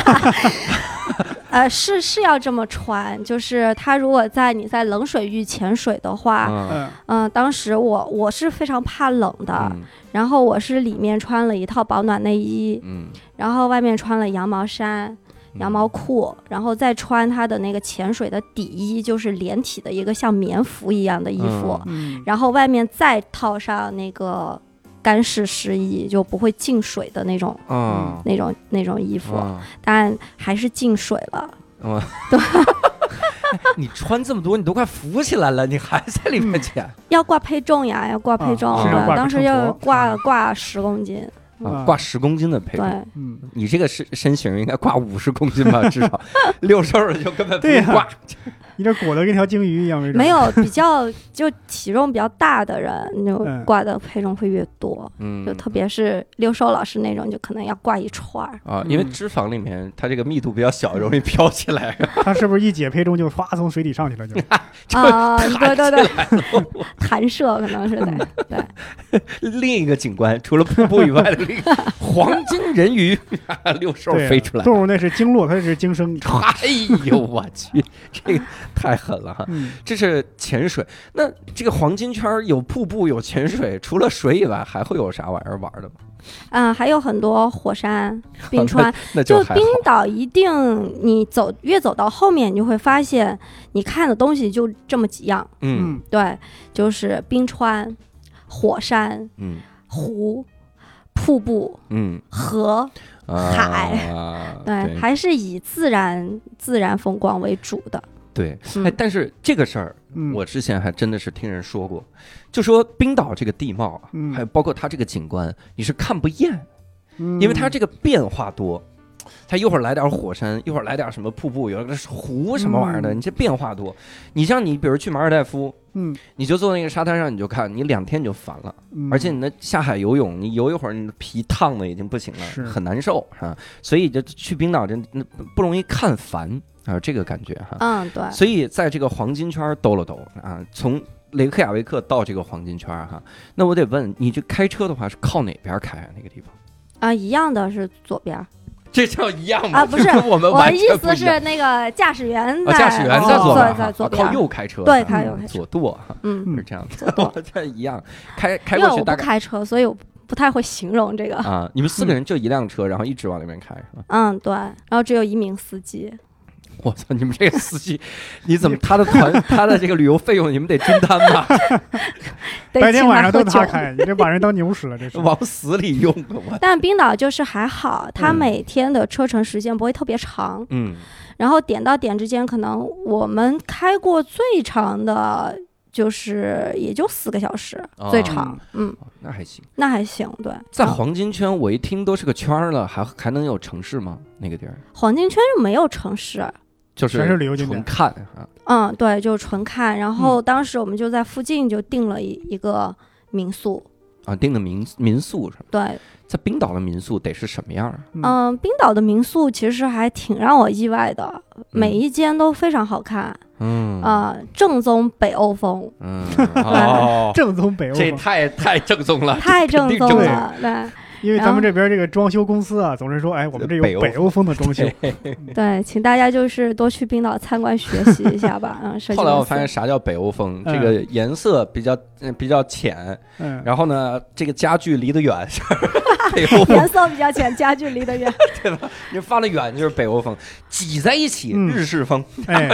Speaker 3: 呃，是是要这么穿，就是它如果在你在冷水域潜水的话，
Speaker 2: 嗯
Speaker 1: 嗯，
Speaker 3: 嗯、当时我我是非常怕冷的，
Speaker 2: 嗯
Speaker 3: 然后我是里面穿了一套保暖内衣，
Speaker 2: 嗯，
Speaker 3: 然后外面穿了羊毛衫、
Speaker 2: 嗯
Speaker 3: 羊毛裤，然后再穿它的那个潜水的底衣，就是连体的一个像棉服一样的衣服，
Speaker 2: 嗯
Speaker 1: 嗯，
Speaker 3: 然后外面再套上那个干式湿衣，就不会进水的那种、
Speaker 2: 啊
Speaker 3: 那种那种嗯衣服，
Speaker 2: 啊， *laughs*
Speaker 3: 但还是进水了。
Speaker 2: 嗯哎你穿这么多，你都快浮起来了，你还在里面潜？
Speaker 3: 要挂配重呀，要挂配重，
Speaker 2: 啊身上
Speaker 3: 我
Speaker 1: 挂个
Speaker 3: 当时
Speaker 1: 秤
Speaker 3: 要
Speaker 1: 砣
Speaker 3: 挂挂十公斤，
Speaker 2: 啊
Speaker 1: 嗯
Speaker 2: 挂十公斤的嗯配
Speaker 3: *laughs* 对
Speaker 2: 重，
Speaker 1: 嗯，
Speaker 2: 你这个身身形应该挂五十公斤吧，至少
Speaker 1: *laughs*
Speaker 2: 六十二就根本不
Speaker 1: 对
Speaker 2: 用
Speaker 1: 呀
Speaker 2: 挂。
Speaker 1: 你这裹得跟条鲸鱼一样，没准
Speaker 3: 没。有比较就体重比较大的人，就
Speaker 1: 嗯
Speaker 3: 挂的配重会越多，
Speaker 2: 嗯
Speaker 3: 就特别是六兽老师那种，就可能要挂一串儿。
Speaker 2: 啊，因为
Speaker 1: 嗯
Speaker 2: 脂肪里面它这个密度比较小，容易飘起来。
Speaker 1: 它是不是一解配重就哗从水底上
Speaker 2: *laughs*
Speaker 1: 去了？就
Speaker 2: *laughs* 就
Speaker 3: 啊，对对对，
Speaker 2: 弹起来了
Speaker 3: *laughs* 弹射可能是得
Speaker 2: *laughs*
Speaker 3: 对，
Speaker 2: 另一个景观，除了瀑布以外的另
Speaker 1: *laughs*
Speaker 2: 一个黄金人鱼，六兽
Speaker 1: 对啊
Speaker 2: 飞出来。
Speaker 1: 动物那是经络，它是经
Speaker 2: *laughs*
Speaker 1: 生。
Speaker 2: 哎呦我去，这个太狠了哈！
Speaker 1: 嗯，
Speaker 2: 这是潜水。那这个黄金圈儿有瀑布，有潜水，除了水以外，还会有啥玩意儿玩的吗？
Speaker 3: 嗯，还有很多火山、冰
Speaker 2: *laughs*
Speaker 3: 川，
Speaker 2: 那
Speaker 3: 就
Speaker 2: 就还
Speaker 3: 冰
Speaker 2: 好。
Speaker 3: 岛一定，你走越走到后面，你就会发现，你看的东西就这么几样，
Speaker 2: 嗯
Speaker 1: 嗯，
Speaker 3: 对，就是冰川、火山、
Speaker 2: 嗯
Speaker 3: 湖、瀑布、
Speaker 2: 嗯，
Speaker 3: 河，
Speaker 2: 啊
Speaker 1: *laughs*
Speaker 3: 对，
Speaker 2: 对
Speaker 3: 还是以自然自然风光为主的。
Speaker 2: 对。
Speaker 3: 嗯
Speaker 2: 哎，但是这个事儿
Speaker 1: 嗯，
Speaker 2: 我之前还真的是听人说过，就说冰岛这个地貌啊，
Speaker 1: 嗯
Speaker 2: 还有包括它这个景观，你是看不厌，
Speaker 1: 嗯，
Speaker 2: 因为它这个变化多。它一会儿来点火山，一会儿来点什么瀑布，有个湖什么玩意儿的，
Speaker 1: 嗯
Speaker 2: 你这变化多。你像你，比如去马尔代夫，
Speaker 1: 嗯，
Speaker 2: 你就坐那个沙滩上，你就看，你两天你就烦了。
Speaker 1: 嗯
Speaker 2: 而且你那下海游泳，你游一会儿，你的皮烫的已经不行
Speaker 1: 是
Speaker 2: 了，很难受啊。所以就去冰岛真那不不容易看烦啊，这个感觉哈。
Speaker 3: 嗯，对，
Speaker 2: 所以在这个黄金圈兜了兜啊，从雷克雅未克到这个黄金圈儿哈，那我得问你，这开车的话是靠哪边开啊？那个地方？
Speaker 3: 啊，一样的是左边儿。
Speaker 2: *laughs* 这叫一样吗？
Speaker 3: 啊不是
Speaker 2: *laughs* 我们
Speaker 3: 我
Speaker 2: 呃完
Speaker 3: 的意
Speaker 2: 全不
Speaker 3: 思
Speaker 2: 一样
Speaker 3: 是那个驾驶员在
Speaker 2: 啊，驾驶员在左
Speaker 3: 左
Speaker 2: 边儿
Speaker 3: 在
Speaker 2: 哈，
Speaker 3: 左
Speaker 2: 啊
Speaker 3: 边
Speaker 2: 靠
Speaker 3: 儿，
Speaker 2: 右开车，
Speaker 3: 对
Speaker 2: 嗯
Speaker 3: 靠右开车
Speaker 2: 左舵哈
Speaker 3: 嗯，
Speaker 2: 是这样的，我 *laughs* 这一样，开开
Speaker 3: 因
Speaker 2: 过
Speaker 3: 为
Speaker 2: 去
Speaker 3: 我
Speaker 2: 大
Speaker 3: 不
Speaker 2: 概
Speaker 3: 开车，所以我不太会形容这个。
Speaker 2: 啊，你们四个人就一辆车，然后一直往那边开是吧？
Speaker 3: 嗯，对，然后只有一名司机，
Speaker 2: 我操，你们这个司机，
Speaker 3: *laughs*
Speaker 2: 你怎么他的团他的这个旅游费用你们得均摊吧， *laughs*
Speaker 3: 得
Speaker 1: 白天
Speaker 3: 请
Speaker 1: 晚上
Speaker 3: *laughs*
Speaker 1: 都
Speaker 3: 喝酒
Speaker 1: 他。开，你这把人当牛使了，这是。
Speaker 2: 往死里用啊我。
Speaker 3: 但冰岛就是还好，它
Speaker 2: 嗯
Speaker 3: 每天的车程时间不会特别长，
Speaker 2: 嗯，
Speaker 3: 然后点到点之间，可能我们开过最长的就是也就四个小时，最
Speaker 2: 啊
Speaker 3: 长，嗯，
Speaker 2: 哦那还行，
Speaker 3: 那还行，对。
Speaker 2: 在
Speaker 3: 然后
Speaker 2: 黄金圈，我一听都是个圈儿了，还还能有城市吗？那个地儿
Speaker 3: 黄金圈就没有城市，
Speaker 2: 就是
Speaker 1: 全是旅游景
Speaker 2: 纯
Speaker 1: 点
Speaker 2: 看啊，
Speaker 3: 嗯，对，就是纯看。然
Speaker 2: 嗯
Speaker 3: 后当时我们就在附近就订了一一个民宿，
Speaker 2: 啊，订的民民宿是吧？
Speaker 3: 对，
Speaker 2: 在冰岛的民宿得是什么样啊？
Speaker 1: 嗯
Speaker 3: 嗯，冰岛的民宿其实还挺让我意外的，每一间都非常好看，
Speaker 2: 嗯
Speaker 3: 啊、正宗北欧风， *laughs*
Speaker 2: 嗯哦，
Speaker 1: 正宗北
Speaker 2: *laughs*
Speaker 1: 欧
Speaker 2: 这
Speaker 1: 嘛，
Speaker 2: 太太正宗了，
Speaker 3: 太正
Speaker 2: 啊定
Speaker 3: 宗
Speaker 2: 正
Speaker 3: 了， *laughs* 嗯对
Speaker 1: 因为
Speaker 3: 然
Speaker 1: 咱们
Speaker 3: 后
Speaker 1: 这边这个装修公司啊，总是说，哎，我们这有
Speaker 2: 北欧
Speaker 1: 北欧风的
Speaker 2: *laughs*
Speaker 1: 装修，
Speaker 3: 对，请大家就是多去冰岛参观学习一下 *laughs* 吧，嗯，设计
Speaker 2: 后来
Speaker 3: 公
Speaker 2: 我
Speaker 3: 司
Speaker 2: 发现啥叫北欧风，
Speaker 1: 嗯
Speaker 2: 这个颜色比较嗯比较浅，
Speaker 1: 嗯，
Speaker 2: 然后呢，这个家具离得远， *laughs* 是吧北欧风
Speaker 3: *laughs* 颜色比较浅，家距离
Speaker 2: *laughs*
Speaker 3: 得远，
Speaker 2: 你放得远就是北欧风，挤在一起
Speaker 1: 嗯
Speaker 2: 日式风，
Speaker 1: *laughs* 哎，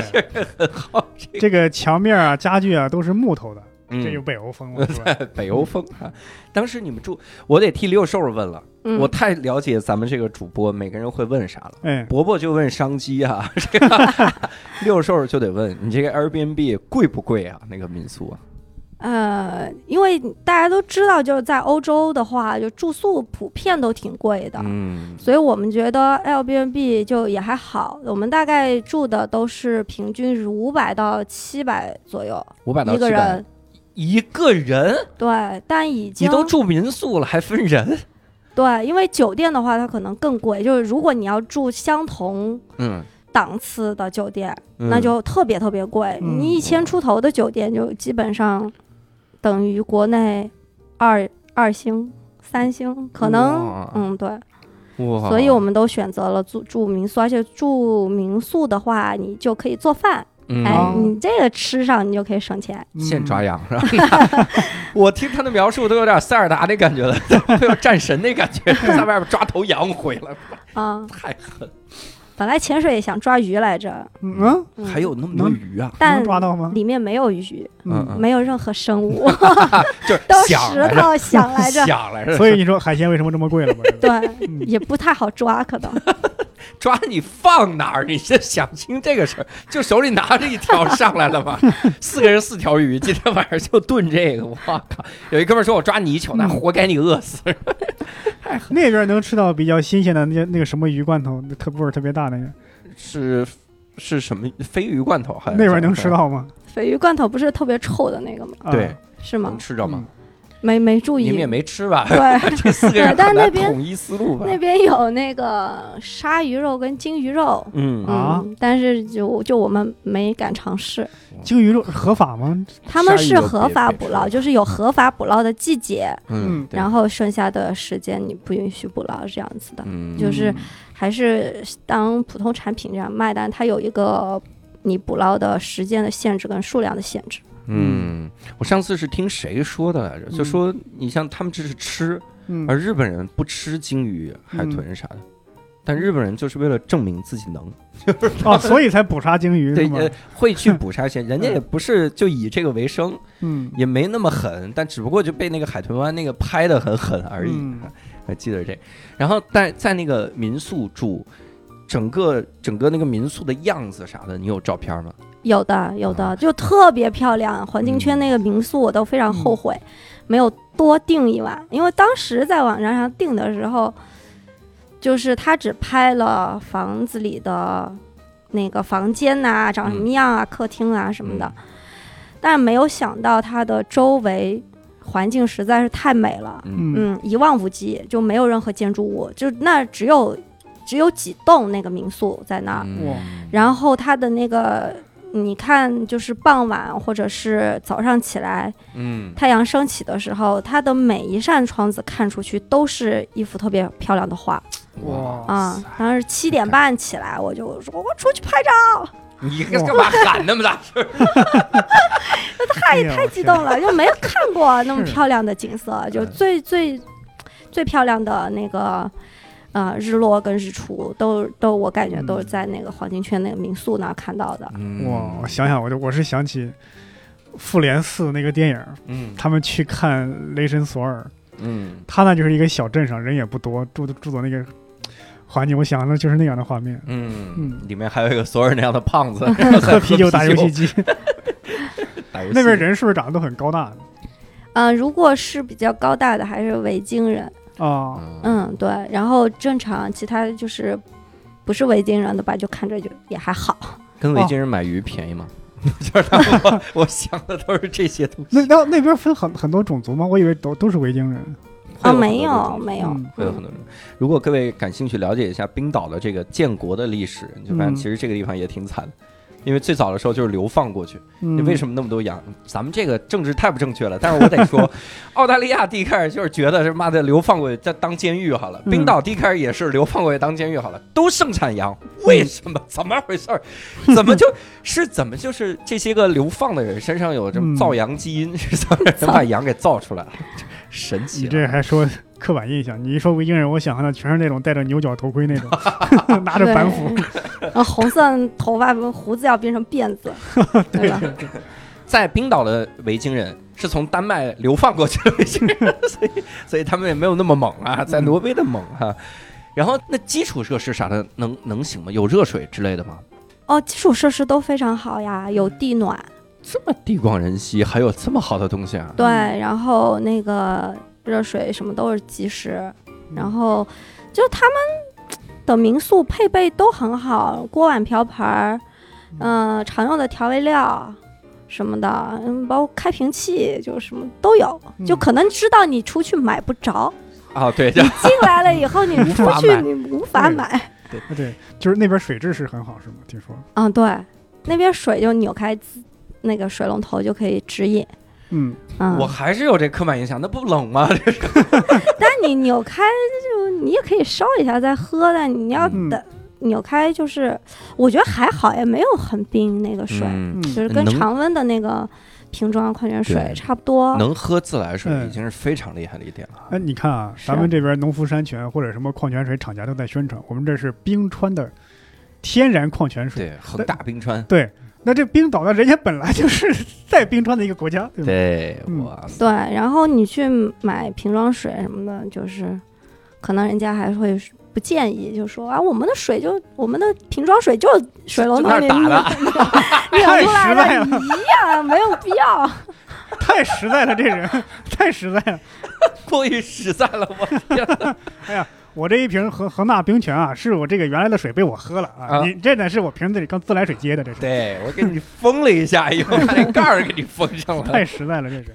Speaker 1: 这个墙面啊、家具啊都是木头的，这就
Speaker 2: *laughs* 嗯，
Speaker 1: 北欧风了，是吧？
Speaker 2: 北欧风啊。当时你们住，我得替六兽问了，
Speaker 3: 嗯，
Speaker 2: 我太了解咱们这个主播每个人会问啥了。
Speaker 1: 哎，
Speaker 2: 伯伯就问商机啊， *laughs* 这个
Speaker 3: *laughs*
Speaker 2: 六兽就得问你这个 Airbnb 贵不贵啊？那个民宿啊，
Speaker 3: 呃，因为大家都知道，就是在欧洲的话，就住宿普遍都挺贵的，
Speaker 2: 嗯，
Speaker 3: 所以我们觉得 Airbnb 就也还好，我们大概住的都是平均是五百到七百左右
Speaker 2: 五百到
Speaker 3: 一个
Speaker 2: 七百
Speaker 3: 人，
Speaker 2: 一个人，
Speaker 3: 对，但已
Speaker 2: 你
Speaker 3: 经
Speaker 2: 都住民宿了还分人？
Speaker 3: 对，因为酒店的话它可能更贵，就是如果你要住相同
Speaker 2: 嗯，
Speaker 3: 档次的酒店，
Speaker 2: 嗯
Speaker 3: 那就特别特别贵，
Speaker 1: 嗯
Speaker 3: 你一千出头的酒店就基本上等于国内二二星、三星，可能
Speaker 2: 哇啊
Speaker 3: 嗯对。
Speaker 2: 哇，
Speaker 3: 所以我们都选择了住住民宿，而且住民宿的话，你就可以做饭，
Speaker 2: 嗯
Speaker 3: 哎，
Speaker 1: 哦
Speaker 3: 你这个吃上你就可以省钱。
Speaker 1: 嗯
Speaker 2: 现抓羊是吧？ *laughs* 我听他的描述都有点塞尔达那感觉了， *laughs* 都有战神那感
Speaker 3: *laughs*
Speaker 2: 觉，在外边抓头羊回来，
Speaker 3: 啊、
Speaker 2: 太狠！
Speaker 3: 本来潜水也想抓鱼来着，
Speaker 1: 嗯啊
Speaker 3: 嗯、
Speaker 2: 还有那么多鱼啊，
Speaker 3: 但
Speaker 1: 能抓到吗？
Speaker 3: 里面没有鱼，
Speaker 2: 嗯嗯
Speaker 3: 没有任何
Speaker 2: *laughs*
Speaker 3: 生物，
Speaker 2: 就是
Speaker 3: 都是
Speaker 2: 想
Speaker 3: 石
Speaker 2: 来着，
Speaker 3: 头想来着，
Speaker 2: 想来着，
Speaker 1: 嗯所以你说海鲜为什么这么贵了吧？
Speaker 3: *laughs*
Speaker 1: 这个
Speaker 3: 对，
Speaker 1: 嗯
Speaker 3: 也不太好抓，可能。
Speaker 2: 抓你放哪儿？你先想清这个事儿，就手里拿着一条上来了
Speaker 1: *laughs*
Speaker 2: 嘛。四个人四条鱼，今天晚上就炖这个。我靠！有一哥们儿说我抓泥鳅，那
Speaker 1: 嗯
Speaker 2: 活该你饿死。
Speaker 1: 那边能吃到比较新鲜的那些那个什么鱼罐头，那特味儿特别大那个，
Speaker 2: 是是什么鲱鱼罐头？还是
Speaker 1: 那边能
Speaker 2: 什
Speaker 1: 吃
Speaker 2: 么
Speaker 1: 到吗？
Speaker 3: 鲱鱼罐头不是特别臭的那个吗？
Speaker 1: 啊
Speaker 2: 对，
Speaker 3: 是吗
Speaker 2: 能？吃着吗？
Speaker 3: 没没注
Speaker 2: 嗯你们
Speaker 3: 意
Speaker 2: 也。没吃吧？
Speaker 3: 嗯 *laughs* 对，
Speaker 2: 这四个人
Speaker 3: 但
Speaker 2: 很难
Speaker 3: 那边
Speaker 2: 统一思路吧？
Speaker 3: 那边有那个鲨鱼肉跟鲸鱼肉，
Speaker 2: 嗯，
Speaker 1: 啊
Speaker 3: 嗯，但是就就我们没敢尝试。
Speaker 1: 鲸鱼肉合法吗？
Speaker 3: 他们
Speaker 2: 鲨鱼
Speaker 3: 是
Speaker 2: 肉
Speaker 3: 合
Speaker 2: 别
Speaker 3: 法
Speaker 2: 别
Speaker 3: 捕
Speaker 2: 吃
Speaker 3: 捞，
Speaker 2: 了
Speaker 3: 就是有合法捕捞的季节，
Speaker 2: 嗯，对
Speaker 3: 然后剩下的时间你不允许捕捞这样子的，
Speaker 2: 嗯，
Speaker 3: 就是还是当普通产品这样卖，但它有一个你捕捞的时间的限制跟数量的限制。
Speaker 2: 嗯，我上次是听谁说的来着？就
Speaker 1: 嗯
Speaker 2: 说你像他们这是吃，
Speaker 1: 嗯，
Speaker 2: 而日本人不吃鲸鱼、海豚啥的。但日本人就是为了证明自己能，
Speaker 1: 哦，所以才捕杀鲸鱼
Speaker 2: 对
Speaker 1: 是，吗？
Speaker 2: 呃会去捕杀些，人家也不是就以这个为生，
Speaker 1: 嗯，
Speaker 2: 也没那么狠，但只不过就被那个海豚湾那个拍的很狠而已。
Speaker 1: 嗯
Speaker 2: 还记得这，然后在在那个民宿住，整个整个那个民宿的样子啥的，你有照片吗？
Speaker 3: 有的，有
Speaker 2: 啊
Speaker 3: 的，就特别漂亮。环境圈
Speaker 2: 嗯
Speaker 3: 那个民宿我都非常后悔，没有多订一晚，因为当时在网站上订的时候，就是他只拍了房子里的那个房间呐、长什么样啊、客厅啊什么的，但没有想到它的周围环境实在是太美了，
Speaker 2: 嗯
Speaker 1: 嗯
Speaker 3: 嗯，一望无际，就没有任何建筑物，就那只啊
Speaker 1: 嗯
Speaker 3: 有只有几栋那个民宿在那儿。
Speaker 1: 哇
Speaker 3: 然后它的那个你看，就是傍晚或者是早上起来，
Speaker 2: 嗯，
Speaker 3: 太阳升起的时候，它的每一扇窗子看出去都是一幅特别漂亮的画
Speaker 2: 哇，
Speaker 3: 啊、然后是七点半起来，我就说我出去拍照，
Speaker 2: 你干干嘛喊那么大声？
Speaker 1: 哎
Speaker 3: 太
Speaker 1: 呦
Speaker 3: 太激
Speaker 1: 天
Speaker 3: 动了，就没有看过那
Speaker 1: *laughs*
Speaker 3: 么
Speaker 1: 是
Speaker 3: 漂亮的景色，就
Speaker 2: 嗯
Speaker 3: 最最最漂亮的那个。呃，日落跟日出都都，我感觉都是
Speaker 1: 嗯
Speaker 3: 在那个黄金圈那个民宿那儿看到的。
Speaker 1: 啊哇，我，想想，我就我是想起复联四那个电影，
Speaker 2: 嗯
Speaker 1: 他们去看雷神索尔，
Speaker 2: 嗯，
Speaker 1: 他那就是一个小镇上，人也不多，住住的那个环境，我想的就是那样的画面，
Speaker 2: 嗯，
Speaker 1: 嗯
Speaker 2: 里面还有一个索尔那样的胖
Speaker 1: *laughs*
Speaker 2: 子，然后在
Speaker 1: 喝啤酒打游戏
Speaker 2: 啤 *laughs*
Speaker 1: 机，
Speaker 2: 打游戏
Speaker 1: 那边人是不是长得都很高大
Speaker 3: 嗯、如果是比较高大的，还是维京人。
Speaker 1: 啊？
Speaker 2: 嗯
Speaker 3: 嗯，对。然后正常，其他就是不是维京人的吧，就看着就也还好。
Speaker 2: 跟
Speaker 1: 哦
Speaker 2: 维京人买鱼便宜吗？ *laughs* 就是他们 *laughs* 我我想的都是这些东西。
Speaker 1: 那那那边分很很多种族吗？我以为都都是维京人。
Speaker 2: 会
Speaker 3: 啊，
Speaker 2: 很多
Speaker 3: 没
Speaker 2: 种
Speaker 3: 有
Speaker 2: 族
Speaker 3: 没有
Speaker 1: 嗯，
Speaker 2: 会有很多人。如果各位感兴趣了解一下冰岛的这个建国的历史，你就发现
Speaker 1: 嗯
Speaker 2: 其实这个地方也挺惨的，因为最早的时候就是流放过去。
Speaker 1: 嗯
Speaker 2: 你为什么那么多羊？咱们这个政治太不正确了。但是我得
Speaker 1: *laughs*
Speaker 2: 说，澳大利亚第一开始就是觉得是妈的流放过去再当监狱好了，
Speaker 1: 嗯
Speaker 2: 冰岛第一开始也是流放过去当监狱好了，都盛产羊，为
Speaker 1: 嗯
Speaker 2: 什么？怎么回事儿？怎么就是怎么就是这些个流放的人身上有这么
Speaker 1: 嗯
Speaker 2: 造羊基因，是怎么
Speaker 1: *laughs*
Speaker 2: 能把羊给造出来了？ *laughs* 神奇
Speaker 1: 你
Speaker 2: 啊！
Speaker 1: 这还说刻板印象？你一说维京人，我想象的全是那种戴着牛角头盔那种， *laughs* 拿着板斧。
Speaker 3: *laughs* 然后红色头发胡子要变成辫
Speaker 1: *laughs*
Speaker 3: 子，对吧？
Speaker 2: 在冰岛的维京人是从丹麦流放过去的维京人， *laughs* 所以所以他们也没有那么猛啊，
Speaker 1: 嗯
Speaker 2: 在挪威的猛哈、然后那基础设施啥的能能行吗？有热水之类的吗？
Speaker 3: 哦，基础设施都非常好呀，有地暖，
Speaker 2: 这么地广人稀，还有这么好的东西啊？
Speaker 3: 对，然后那个热水什么都是及时，
Speaker 2: 嗯
Speaker 3: 然后就是他们的民宿配备都很好，锅碗瓢盆儿，嗯、常用的调味料。什么的，嗯，包括开瓶器，就是什么都有，就
Speaker 1: 嗯
Speaker 3: 可能知道你出去买不
Speaker 2: *laughs*
Speaker 3: 着，
Speaker 2: 啊，对，
Speaker 3: 你进来了以后，你
Speaker 2: 无
Speaker 3: 出
Speaker 2: 法
Speaker 3: 去
Speaker 2: 买
Speaker 3: 你无法
Speaker 1: 对
Speaker 3: 买。
Speaker 1: 啊对，就是那边水质是很好，是吗？听说，
Speaker 3: 嗯，对，那边水就扭开自那个水龙头就可以指引。
Speaker 1: 嗯，
Speaker 3: 嗯，
Speaker 2: *laughs* 我还是有这刻板印象，那不冷吗？
Speaker 3: 但你扭开就你也可以烧一下再喝，但你要
Speaker 1: 嗯
Speaker 3: 等、扭开就是，我觉得还好，也没有很冰那个水，
Speaker 2: 嗯，
Speaker 1: 嗯
Speaker 3: 就是跟
Speaker 2: 能
Speaker 3: 常温的那个瓶装矿泉水
Speaker 2: 对
Speaker 3: 差不多。
Speaker 2: 能喝自来水
Speaker 1: 嗯
Speaker 2: 已经是非常厉害的一点了。
Speaker 1: 哎，你看啊，
Speaker 3: 是啊
Speaker 1: 咱们这边农夫山泉或者什么矿泉水厂家都在宣传，我们这是冰川的天然矿泉水。
Speaker 2: 对，恒大冰川，
Speaker 1: 对，那这冰岛呢，人家本来就是在冰川的一个国家，对吧？
Speaker 2: 对，
Speaker 1: 嗯
Speaker 2: 哇塞，
Speaker 3: 对，然后你去买瓶装水什么的，就是可能人家还会不建议，就说啊，我们的水就我们的瓶装水就是水龙头
Speaker 2: 就那
Speaker 3: 里
Speaker 2: 儿打
Speaker 3: 拧
Speaker 2: 的 *laughs*
Speaker 3: *laughs*
Speaker 1: 太
Speaker 3: 出
Speaker 1: 实
Speaker 3: 来
Speaker 1: 在
Speaker 3: 的
Speaker 1: 了，
Speaker 3: 一样，没有必
Speaker 2: *laughs*
Speaker 3: 要。
Speaker 1: *laughs* 太实在了，这人 *laughs* 太实在了。
Speaker 2: 过于实在了，我天哪！
Speaker 1: 我这一瓶恒恒大冰泉啊，是我这个原来的水被我喝了啊，
Speaker 2: 啊
Speaker 1: 你这呢是我瓶子里刚自来水接的，这是
Speaker 2: 对我给你封了一下，哎呦，
Speaker 1: *laughs*
Speaker 2: 把那盖儿给你封上了。
Speaker 1: 太实在了，这是。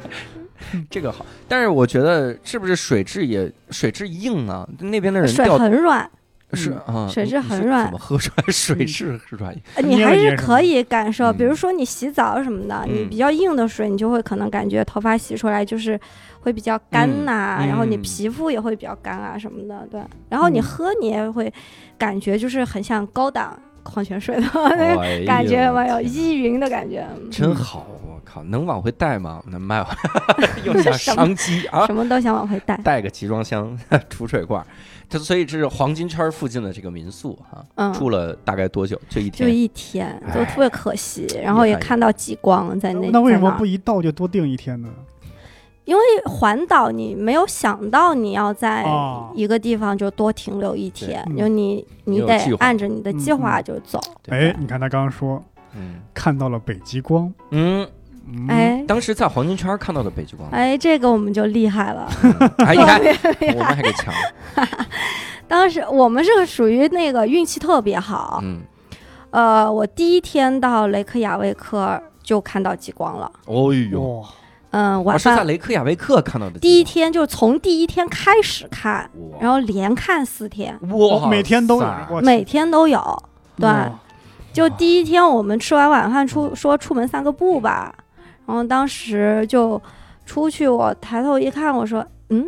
Speaker 2: 这个好，但是我觉得是不是水质也水质硬啊？那边的人
Speaker 3: 水
Speaker 2: 掉
Speaker 3: 很软，
Speaker 2: 是啊，
Speaker 3: 水质
Speaker 2: 你
Speaker 3: 很
Speaker 2: 是
Speaker 3: 软
Speaker 2: 怎么喝出来水质是
Speaker 3: *laughs*
Speaker 2: 软？
Speaker 3: 呃你
Speaker 1: 捏
Speaker 3: 还
Speaker 1: 了捏
Speaker 3: 是
Speaker 1: 是
Speaker 3: 可
Speaker 1: 吗
Speaker 3: 以感受，比如
Speaker 2: 嗯
Speaker 3: 说你洗澡什么的，你
Speaker 2: 嗯
Speaker 3: 比较硬的水，你就会可能感觉头发洗出来就是会比较干
Speaker 2: 嗯
Speaker 3: 呐、然后你
Speaker 2: 嗯
Speaker 3: 皮肤也会比较干啊什么的，对。然后你
Speaker 1: 嗯
Speaker 3: 喝你也会感觉就是很像高档矿泉水的那个
Speaker 2: 哎呦
Speaker 3: 感觉，蛮有
Speaker 2: 天哪
Speaker 3: 依云的感觉，嗯
Speaker 2: 真好！我靠，能往回带吗？能卖完
Speaker 3: *laughs*
Speaker 2: 又想
Speaker 3: 什么
Speaker 2: 商机啊！
Speaker 3: 什么都想往回带。
Speaker 2: 带个集装箱、 *laughs* 储水罐儿，它所以这是黄金圈附近的这个民宿啊，
Speaker 3: 嗯，
Speaker 2: 住了大概多久？就一
Speaker 3: 就
Speaker 2: 天。
Speaker 3: 一天，就特别可惜。然后
Speaker 2: 厉
Speaker 3: 也
Speaker 2: 害
Speaker 3: 看到极光在那，
Speaker 1: 那为
Speaker 3: 在
Speaker 1: 什么
Speaker 3: 那儿
Speaker 1: 不一到就多定一天呢？
Speaker 3: 环岛你没有想到你要在
Speaker 1: 哦
Speaker 3: 一个地方就多停留一天，
Speaker 1: 对嗯
Speaker 3: 就你你
Speaker 2: 有
Speaker 3: 得
Speaker 2: 计划嗯
Speaker 3: 按着你的计划就走。
Speaker 2: 对
Speaker 1: 哎
Speaker 2: 吧，
Speaker 1: 你看他刚刚说
Speaker 2: 嗯
Speaker 1: 看到了北极光，
Speaker 2: 嗯，
Speaker 1: 嗯，
Speaker 3: 哎
Speaker 2: 当时在黄金圈看到的北极光，
Speaker 3: 哎，这个我们就厉害了。
Speaker 2: 嗯哎， *laughs* 你
Speaker 3: 特 *laughs*
Speaker 2: 看
Speaker 3: 别
Speaker 2: 我们还给抢了，
Speaker 3: *laughs* 当时我们是属于那个运气特别好，
Speaker 2: 嗯，
Speaker 3: 呃，我第一天到雷克雅未克就看到极光了。
Speaker 2: 哦呦，
Speaker 1: 哇，
Speaker 3: 嗯，
Speaker 2: 我
Speaker 3: 晚
Speaker 2: 啊哦是在
Speaker 3: 上
Speaker 2: 雷克雅未克看到的
Speaker 3: 第一
Speaker 2: 极
Speaker 3: 天就从第一天开始看，
Speaker 2: 光，
Speaker 3: 然后连看四天，
Speaker 2: 后
Speaker 1: 每天都有，我去
Speaker 2: 哦
Speaker 3: 每天都有。对，
Speaker 1: 哇
Speaker 3: 就第一天我们吃完晚饭出说出门散个步吧，然后当时就出去，我抬头一看，我说嗯。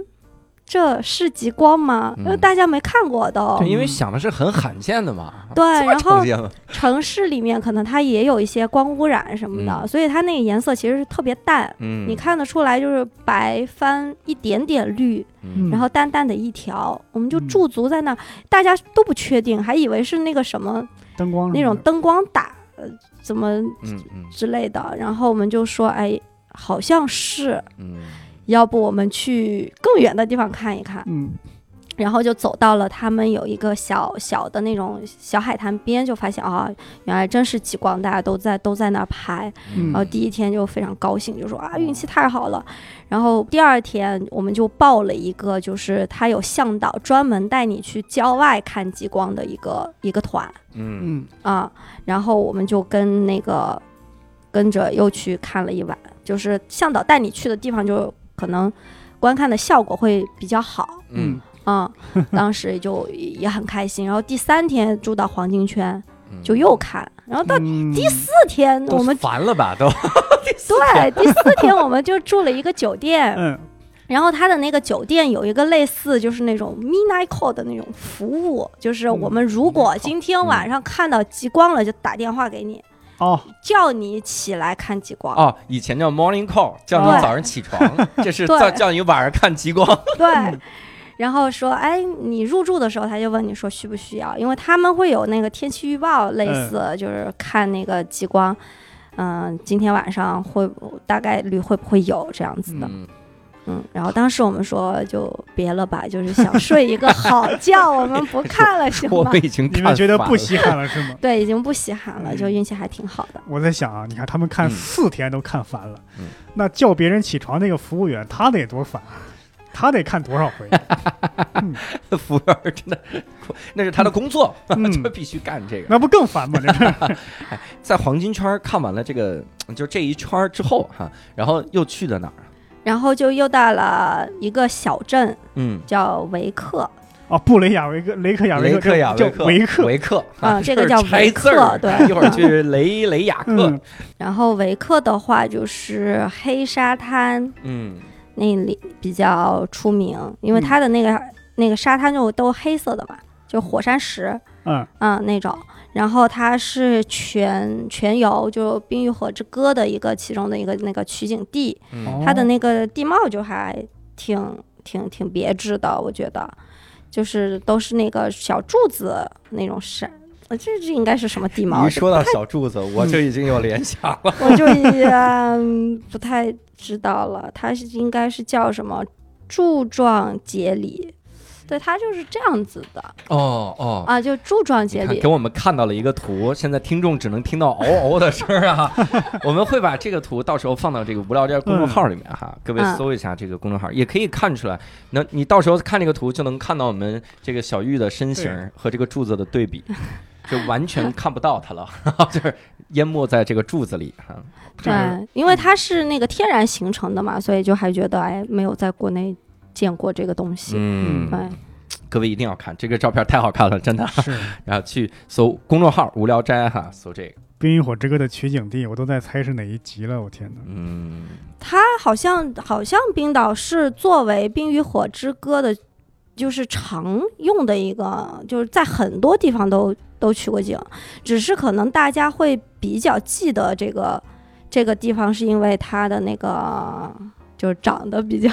Speaker 3: 这是极光吗？因为
Speaker 2: 嗯
Speaker 3: 大家没看过都。
Speaker 2: 对，因为想的是很罕见的嘛。
Speaker 3: 对
Speaker 2: 这么
Speaker 3: 然后
Speaker 2: 常见吗
Speaker 3: 城市里面可能它也有一些光污染什么的，
Speaker 2: 嗯
Speaker 3: 所以它那个颜色其实是特别淡，
Speaker 2: 嗯，
Speaker 3: 你看得出来就是白翻一点点绿，
Speaker 2: 嗯，
Speaker 3: 然后淡淡的一条，我们就
Speaker 1: 嗯
Speaker 3: 驻足在那儿，大家都不确定，还以为是那个什么
Speaker 1: 灯光
Speaker 3: 那种灯光打呃怎么
Speaker 2: 嗯嗯
Speaker 3: 之类的，然后我们就说，哎，好像是，
Speaker 2: 嗯，
Speaker 3: 要不我们去更远的地方看一看。
Speaker 1: 嗯
Speaker 3: 然后就走到了他们有一个小小的那种小海滩边，就发现啊，原来真是极光，大家都在都在那儿拍。
Speaker 1: 嗯
Speaker 3: 然后哦第一天就非常高兴，就说啊运气太好了。然后第二天我们就报了一个，就是他有向导专门带你去郊外看极光的一个一个团
Speaker 2: 嗯
Speaker 1: 嗯
Speaker 3: 啊。然后我们就跟那个跟着又去看了一晚，就是向导带你去的地方，就可能观看的效果会比较好。
Speaker 2: 嗯
Speaker 3: 嗯，当时也就也很开心。然后第三天住到黄金圈，
Speaker 2: 嗯，
Speaker 3: 就又看。然后到
Speaker 1: 嗯
Speaker 3: 第四天，
Speaker 2: 都
Speaker 3: 我们
Speaker 2: 烦了
Speaker 3: *laughs*
Speaker 2: 吧都，
Speaker 3: 对第四天我们就住了一个酒店，
Speaker 1: *laughs* 嗯
Speaker 3: 然后他的那个酒店有一个类似就是那种 midnight call 的那种服务，就是我们如果今天晚上看到极光了，就打电话给你，
Speaker 1: 哦
Speaker 3: 叫你起来看极光。
Speaker 2: 哦，以前叫 morning call，叫你
Speaker 3: 对
Speaker 2: 早上起
Speaker 3: *laughs*
Speaker 2: 床，这是
Speaker 3: 对
Speaker 2: 叫叫你晚上看极
Speaker 3: *laughs*
Speaker 2: 光。
Speaker 3: 对，然后说，哎，你入住的时候，他就问你说需不需要，因为他们会有那个天气预报，类
Speaker 1: 嗯
Speaker 3: 似就是看那个极光，嗯、今天晚上会不大概率会不会有这样子的，
Speaker 2: 嗯，
Speaker 3: 嗯然后当时我们说就别了吧，就是想睡一个好觉，我们不看了行
Speaker 2: *laughs* 我
Speaker 3: 吗
Speaker 2: 们？嗯已经
Speaker 1: 你
Speaker 2: 看
Speaker 1: 们觉得
Speaker 2: 烦
Speaker 1: 不
Speaker 2: 了
Speaker 1: 稀罕了是吗？ *laughs*
Speaker 3: 对，已经不稀罕了，就运气还挺好的。
Speaker 1: 我在想啊，你看他们看
Speaker 2: 嗯
Speaker 1: 四天都看烦了，
Speaker 2: 嗯
Speaker 1: 那叫别人起床那个服务员他得多烦啊，他得看多少回？啊
Speaker 2: 服务员儿真的，那是他的工作，*laughs*
Speaker 1: 嗯
Speaker 2: 就必须干这个。
Speaker 1: 那不更烦吗？这是
Speaker 2: 在黄金圈儿看完了这个，就这一圈儿之后哈，然后又去了哪儿？
Speaker 3: 然后就又到了一个小镇，
Speaker 2: 嗯，
Speaker 3: 叫维克，
Speaker 1: 哦，布雷亚维克、雷克雅维
Speaker 2: 雷
Speaker 1: 克
Speaker 2: 克雅
Speaker 1: 叫
Speaker 2: 维
Speaker 1: 叫
Speaker 2: 克，
Speaker 1: 维克，
Speaker 2: 维克
Speaker 3: 啊 *laughs* 这个
Speaker 2: 就是
Speaker 3: 叫
Speaker 2: 拆
Speaker 3: 维克
Speaker 2: 字儿
Speaker 3: 对
Speaker 2: *laughs* 一会儿去
Speaker 3: *laughs*
Speaker 2: 雷雷雅克
Speaker 1: 嗯，，
Speaker 3: 然后维克的话就是黑沙滩，
Speaker 2: 嗯
Speaker 3: 那里比较出名，因为
Speaker 1: 嗯
Speaker 3: 它的那个、那个沙滩就都黑色的嘛，就火山石，
Speaker 1: 嗯
Speaker 3: 嗯那种。然后它是全全游就《冰与火之歌》的一个其中的一个那个取景地，
Speaker 2: 嗯
Speaker 1: 哦
Speaker 3: 它的那个地貌就还挺挺挺别致的，我觉得，就是都是那个小柱子那种山，呃这这应该是什么地貌？
Speaker 2: 一说到小柱子，我就已经有联想了。
Speaker 3: 我就也、嗯不太知道了，它是应该是叫什么柱状节理，对，它就是这样子的
Speaker 2: *laughs* 哦哦，
Speaker 3: 啊，就柱状
Speaker 2: 你
Speaker 3: 节
Speaker 2: 看，
Speaker 3: 理
Speaker 2: 给。我们看到了一个图，现在听众只能听到嗷嗷的声儿
Speaker 3: *laughs*
Speaker 2: 啊！我们会把这个图到时候放到这个无聊斋公众号里面哈，各位
Speaker 3: 嗯
Speaker 2: 搜一下这个公众号，也可以看出来。那你到时候看这个图，就能看到我们这个小玉的身形
Speaker 1: 对
Speaker 2: 和这个柱子的对
Speaker 3: *laughs*
Speaker 2: 比，就完全看不到它了， *laughs* 就是淹没在这个柱子里哈。
Speaker 1: 这个
Speaker 3: 对，因为它是那个天然形成的嘛，所以就还觉得哎，没有在国内见过这个东西。
Speaker 2: 嗯
Speaker 3: 对，
Speaker 2: 各位一定要看这个照片，太好看了，真的。
Speaker 1: 是《
Speaker 2: 然后去搜公众号“无聊斋”哈，搜这个。
Speaker 1: 冰与火之歌》的取景地，我都在猜是哪一集了，我天哪！
Speaker 2: 嗯，
Speaker 3: 它好像好像冰岛是作为《冰与火之歌》的，就是常用的一个，就是在很多地方都都取过景，只是可能大家会比较记得这个这个地方，是因为它的那个就是长得比较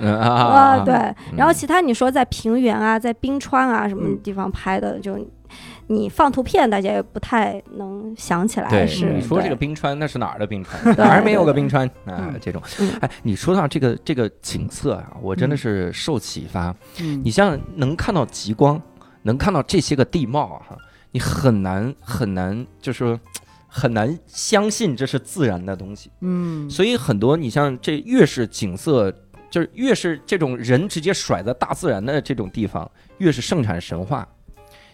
Speaker 2: 嗯啊啊啊
Speaker 3: 啊、
Speaker 2: 啊
Speaker 3: 对，然后
Speaker 2: 嗯
Speaker 3: 其他你说在平原啊，在冰川啊什么地方拍的，就你放图片，大家也不太能想起来
Speaker 2: 对，
Speaker 3: 是。
Speaker 2: 你说这
Speaker 3: 对
Speaker 2: 个冰川，那是哪儿的冰川？
Speaker 3: 对
Speaker 2: 哪儿没有个冰川啊
Speaker 1: 嗯？
Speaker 2: 这种
Speaker 3: 嗯，
Speaker 2: 哎，你说到这个这个景色啊，我真的
Speaker 1: 嗯
Speaker 2: 是受启发。
Speaker 1: 嗯
Speaker 2: 你像能看到极光，能看到这些个地貌啊，你很难很难，就是说很难相信这是自然的东西。
Speaker 1: 嗯
Speaker 2: 所以很多你像这越是景色。就是越是这种人直接甩在大自然的这种地方，越是盛产神话。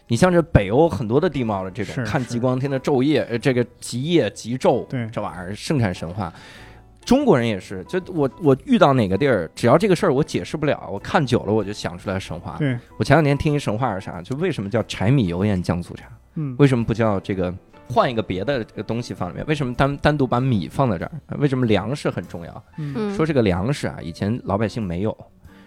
Speaker 2: 你像这北欧很多的地貌的这种
Speaker 1: 是
Speaker 2: 看
Speaker 1: 是
Speaker 2: 极光天的昼夜，呃，这个极夜极昼，
Speaker 1: 对
Speaker 2: 这玩意儿盛产神话。中国人也是，就我我遇到哪个地儿，只要这个事儿我解释不了，我看久了我就想出来神话。
Speaker 1: 对，
Speaker 2: 哎我前两天听一神话是啥，就为什么叫柴米油盐酱醋茶，
Speaker 1: 嗯
Speaker 2: 为什么不叫这个换一个别的这个东西放里面。为什么单单独把米放在这儿？哎为什么粮食很重要？
Speaker 1: 嗯，
Speaker 3: 嗯，
Speaker 2: 说这个粮食啊，以前老百姓没有，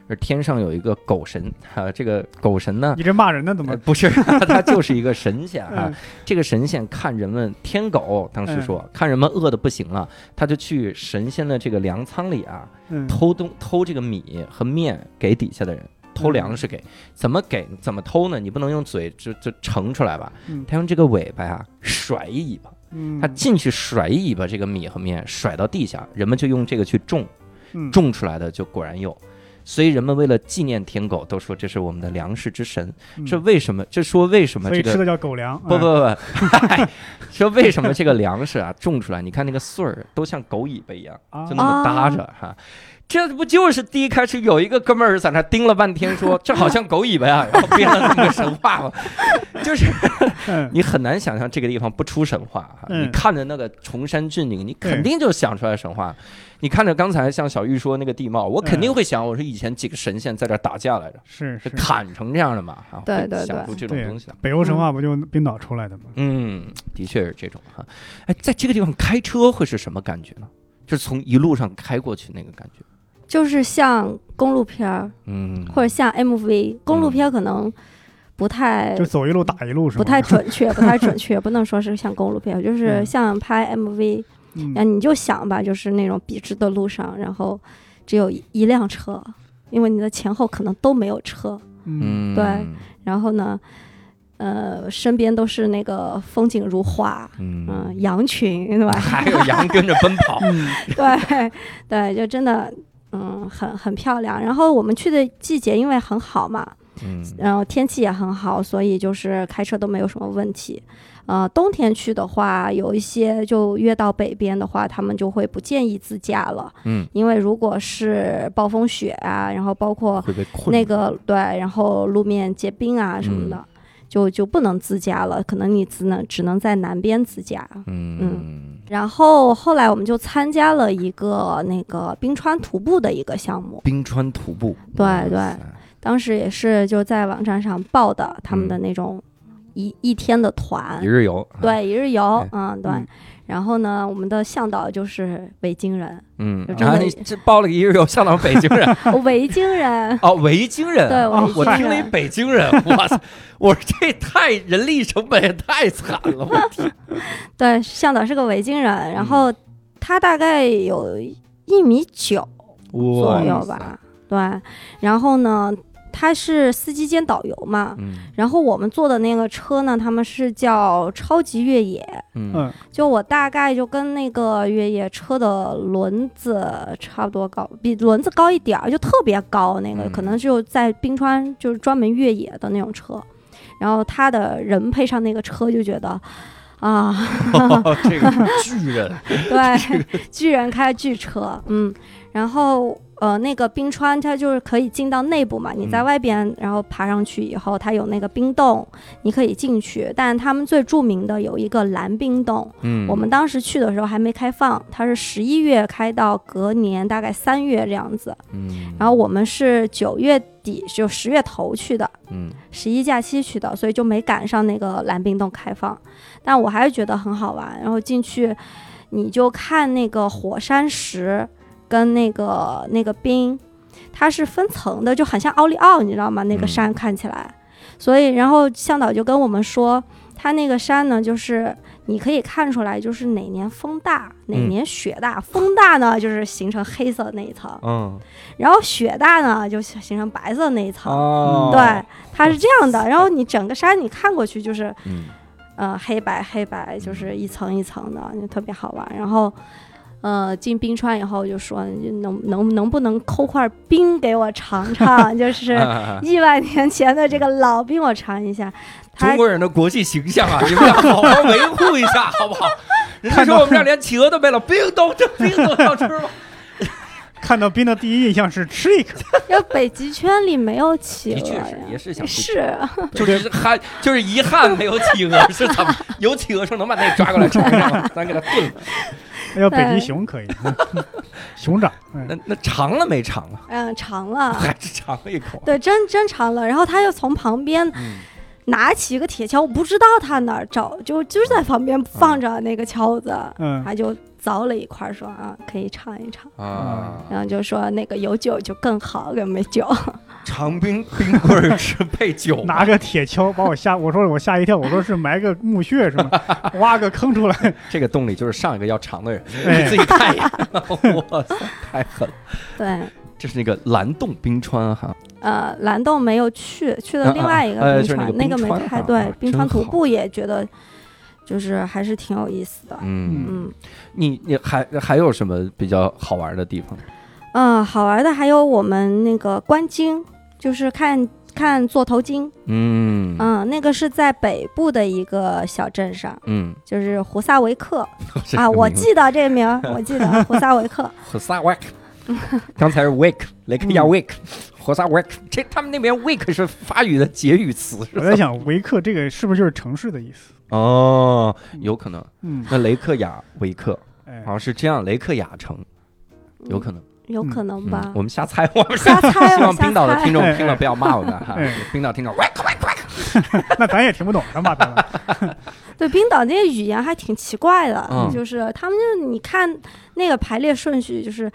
Speaker 2: 而天上有一个狗神啊，这个狗神呢。
Speaker 1: 你这骂人呢？怎么
Speaker 2: 呃？不是， *laughs* 他就是一个神仙啊
Speaker 1: 嗯！
Speaker 2: 这个神仙看人们天狗，当时说看人们饿的不行了，他就去神仙的这个粮仓里啊，
Speaker 1: 嗯，
Speaker 2: 偷东偷这个米和面给底下的人，偷粮食
Speaker 1: 嗯
Speaker 2: 给，怎么给怎么偷呢？你不能用嘴就就盛出来吧
Speaker 1: 嗯？
Speaker 2: 他用这个尾巴呀甩一尾巴，
Speaker 1: 嗯
Speaker 2: 他进去甩一尾巴这个米和面甩到地下，人们就用这个去种，
Speaker 1: 嗯
Speaker 2: 种出来的就果然有。所以人们为了纪念天狗，都说这是我们的粮食之神。
Speaker 1: 嗯
Speaker 2: 这为什么？这说为什么
Speaker 1: 所
Speaker 2: 这
Speaker 1: 以吃
Speaker 2: 个？
Speaker 1: 的叫狗
Speaker 2: *laughs*
Speaker 1: 粮。嗯
Speaker 2: 不不
Speaker 1: *laughs*
Speaker 2: 不，嗨说为什么这个粮食啊种出来？你看那个穗儿都像狗尾巴一样。
Speaker 1: 啊，
Speaker 2: 就那么搭着哈、这不就是第一开始有一个哥们儿在那盯了半天
Speaker 1: *laughs*
Speaker 2: 说，这好像狗尾巴呀，然后编了这么个神话嘛，就是
Speaker 1: 嗯
Speaker 2: 你很难想象这个地方不出神话哈、
Speaker 1: 嗯
Speaker 2: 你看着那个崇山峻岭，你肯定就想出来神话。你看着刚才像小玉说那个地貌，我肯定会想，我说以前几个神仙在这儿打架来着，
Speaker 1: 是
Speaker 2: 是
Speaker 1: 嗯是，
Speaker 2: 砍成这样的嘛？啊，
Speaker 3: 对
Speaker 2: 会
Speaker 3: 对
Speaker 2: 想
Speaker 3: 对
Speaker 2: 出这种
Speaker 1: 对
Speaker 2: 东西来。
Speaker 1: 北欧神话不就冰岛出来的吗？
Speaker 2: 嗯，的确是这种哈、哎，在这个地方开车会是什么感觉呢？就是从一路上开过去那个感觉。
Speaker 3: 就是像公路片儿
Speaker 2: 嗯，
Speaker 3: 或者像 MV，公路片儿可能不太
Speaker 1: 嗯就走一路打一路是吗？
Speaker 3: 嗯不太准确，不太准确，不能说是像公路片儿，就是
Speaker 1: 嗯
Speaker 3: 像拍 MV，
Speaker 1: 嗯
Speaker 3: 那、你就想吧，就是那种笔直的路上，然后只有一一辆车，因为你的前后可能都没有车，
Speaker 1: 嗯，
Speaker 2: 嗯，
Speaker 3: 对然后呢，呃，身边都是那个风景如画，嗯、
Speaker 2: 嗯，
Speaker 3: 羊群，对吧？
Speaker 2: 还有羊跟着奔跑
Speaker 3: *laughs*
Speaker 1: 嗯
Speaker 3: 对对，就真的。嗯，很很漂亮。然后我们去的季节因为很好嘛，
Speaker 2: 嗯
Speaker 3: 然后呃天气也很好，所以就是开车都没有什么问题。呃，冬天去的话，有一些就越到北边的话，他们就会不建议自驾了，
Speaker 2: 嗯，
Speaker 3: 因为如果是暴风雪啊，然后包括
Speaker 2: 会被困
Speaker 3: 那个对，然后路面结冰啊什么的，就就不能自驾了，可能你只能只能在南边自驾。
Speaker 2: 嗯
Speaker 3: 然后后来我们就参加了一个那个冰川徒步的一个项目，
Speaker 2: 冰川徒步，嗯
Speaker 3: 对
Speaker 2: 哇
Speaker 3: 对
Speaker 2: 塞，
Speaker 3: 当时也是就在网站上报的他们的
Speaker 2: 嗯
Speaker 3: 那种一、一天的团
Speaker 2: 一，日游，，
Speaker 3: 对一日游
Speaker 2: 哎，
Speaker 3: 嗯对
Speaker 1: 嗯。
Speaker 3: 然后呢，我们的向导就是维
Speaker 2: *laughs*
Speaker 3: 京人，
Speaker 2: 嗯
Speaker 3: 就，真
Speaker 2: 啊，
Speaker 3: 的
Speaker 2: 你这报了个一日游，向导北京
Speaker 3: *laughs*
Speaker 2: 人
Speaker 3: 维京人，
Speaker 2: 哦，维京人，
Speaker 3: 对
Speaker 2: 哦
Speaker 3: 维京
Speaker 2: 我听了一
Speaker 3: 人
Speaker 2: 北京
Speaker 3: *laughs*
Speaker 2: 人，哇塞，我说这太人力成本也太惨了，我天，
Speaker 3: 对向导是个维京人，
Speaker 2: 嗯
Speaker 3: 然后他大概有一米九左右吧，对。然后呢，他是司机兼导游嘛。
Speaker 2: 嗯
Speaker 3: 然后我们坐的那个车呢，他们是叫超级越野，
Speaker 2: 嗯
Speaker 1: 嗯
Speaker 3: 就我大概就跟那个越野车的轮子差不多高，比轮子高一点儿，就特别高那个，
Speaker 2: 嗯
Speaker 3: 可能就在冰川就是专门越野的那种车。然后他的人配上那个车，就觉得啊，
Speaker 2: 哦，这个巨人，
Speaker 3: 对，巨人开巨车，嗯，然后呃，那个冰川它就是可以进到内部嘛，你在
Speaker 2: 嗯
Speaker 3: 外边，然后爬上去以后，它有那个冰洞，你可以进去。但他们最著名的有一个蓝冰洞，
Speaker 2: 嗯
Speaker 3: 我们当时去的时候还没开放，它是十一月开到隔年大概三月这样子，
Speaker 2: 嗯，
Speaker 3: 然后我们是九月底就十月头去的，
Speaker 2: 嗯
Speaker 3: 十一假期去的，所以就没赶上那个蓝冰洞开放。但我还是觉得很好玩。然后进去，你就看那个火山石跟那个那个冰，它是分层的，就很像奥利奥，你知道吗？那个
Speaker 2: 嗯
Speaker 3: 山看起来。所以，然后向导就跟我们说，它那个山呢，就是你可以看出来，就是哪年风大，哪
Speaker 2: 嗯
Speaker 3: 年雪大。风大呢，就是形成黑色那一层，
Speaker 2: 嗯
Speaker 3: 然后雪大呢，就形成白色那一层。
Speaker 2: 哦，
Speaker 3: 嗯对，它是这样的。然后你整个山你看过去就是，
Speaker 2: 嗯
Speaker 3: 呃，黑白黑白，就是一层一层的，就特别好玩。然后，呃，进冰川以后就说你能能能不能抠块冰给我尝
Speaker 2: *laughs*
Speaker 3: 尝，就是
Speaker 2: 啊
Speaker 3: 亿万年前的这个老冰，我尝一下。他
Speaker 2: 中国人的国际形象啊，你们要好好维护一下，好不好？人家说我们这儿连企鹅都没了，冰都这冰都要吃了。
Speaker 1: 看到冰的第一印象是吃一口，
Speaker 3: 要北极圈里没有企
Speaker 2: 的
Speaker 3: 鹅
Speaker 2: 确
Speaker 3: 呀
Speaker 2: 是，，也是想回
Speaker 3: 是
Speaker 2: 就是憾，就是遗憾没有企鹅，是怎么有企鹅说能把那抓过来尝尝吗？咱给它炖了。
Speaker 1: 哎呦，北极熊可以，嗯 *laughs* 熊掌，嗯
Speaker 2: 那那尝了没尝 *laughs* 啊？
Speaker 3: 嗯，尝了。 *laughs*
Speaker 2: 还是尝了一口啊。
Speaker 3: 对，真真尝了，然后他又从旁边
Speaker 2: 嗯
Speaker 3: 拿起一个铁锹，我不知道他哪儿找，就就是在旁边
Speaker 2: 嗯
Speaker 3: 放着那个锹子，
Speaker 1: 嗯，
Speaker 3: 他就凿了一块儿，说啊，可以尝一尝。
Speaker 2: 啊，
Speaker 3: 然后就说那个有酒就更好，跟没酒。 *laughs*
Speaker 2: 长冰冰棍儿是配酒
Speaker 1: 拿着铁锹把我吓，我说我吓一跳，我说是埋个墓穴是吗？挖个坑出来，
Speaker 2: 这个洞里就是上一个要长的人，
Speaker 1: 哎
Speaker 2: 你 *laughs* 自己太狠了，哇塞，太狠了！
Speaker 3: 对，
Speaker 2: 这是那个蓝洞冰川哈，
Speaker 3: 呃，蓝洞没有去，去了另外一
Speaker 2: 啊啊
Speaker 3: 个
Speaker 2: 呃
Speaker 3: 冰川，
Speaker 2: 就是那个
Speaker 3: 那个
Speaker 2: 冰
Speaker 3: 没
Speaker 2: 川
Speaker 3: 开。
Speaker 2: 啊
Speaker 3: 对
Speaker 2: 啊，
Speaker 3: 冰川
Speaker 2: 真好
Speaker 3: 徒步也觉得就是还是挺有意思的。
Speaker 2: 嗯，
Speaker 3: 嗯
Speaker 2: 你你还还有什么比较好玩的地方？
Speaker 3: 嗯，好玩的还有我们那个观鲸，就是看看座头鲸。
Speaker 2: 嗯
Speaker 3: 嗯，那个是在北部的一个小镇上，
Speaker 2: 嗯
Speaker 3: 就是胡萨维克
Speaker 2: 这 *laughs*
Speaker 3: 啊，
Speaker 2: 个
Speaker 3: 我
Speaker 2: 名字
Speaker 3: 记得这名儿，我记得胡萨
Speaker 2: *laughs*
Speaker 3: 维克。
Speaker 2: 火萨 wake，刚才是 wake，雷克要 wake，火萨 wake，这他们那边 wake 是法语的结语词是
Speaker 1: 我
Speaker 2: 吧？
Speaker 1: 在想维克这个是不是就是城市的意思？
Speaker 2: 哦，有可能。
Speaker 1: 嗯，
Speaker 2: 那雷克雅维克
Speaker 1: 哎
Speaker 2: 好，像是这样，雷克雅城有可能。
Speaker 3: 有可能吧？
Speaker 2: 嗯我们瞎猜，我们瞎
Speaker 3: 瞎猜，
Speaker 2: *laughs* 希
Speaker 3: 我
Speaker 2: 望
Speaker 3: 瞎
Speaker 2: 冰岛的
Speaker 3: 猜
Speaker 2: 听众
Speaker 1: 哎
Speaker 2: 听了不要骂我们哈
Speaker 1: 哎，
Speaker 2: 冰岛听众 wake wake wake，
Speaker 1: 那咱也听不懂是吧？咱们
Speaker 3: 对冰岛那些语言还挺奇怪的，
Speaker 2: 嗯
Speaker 3: 就是他们就你看那个排列顺序就是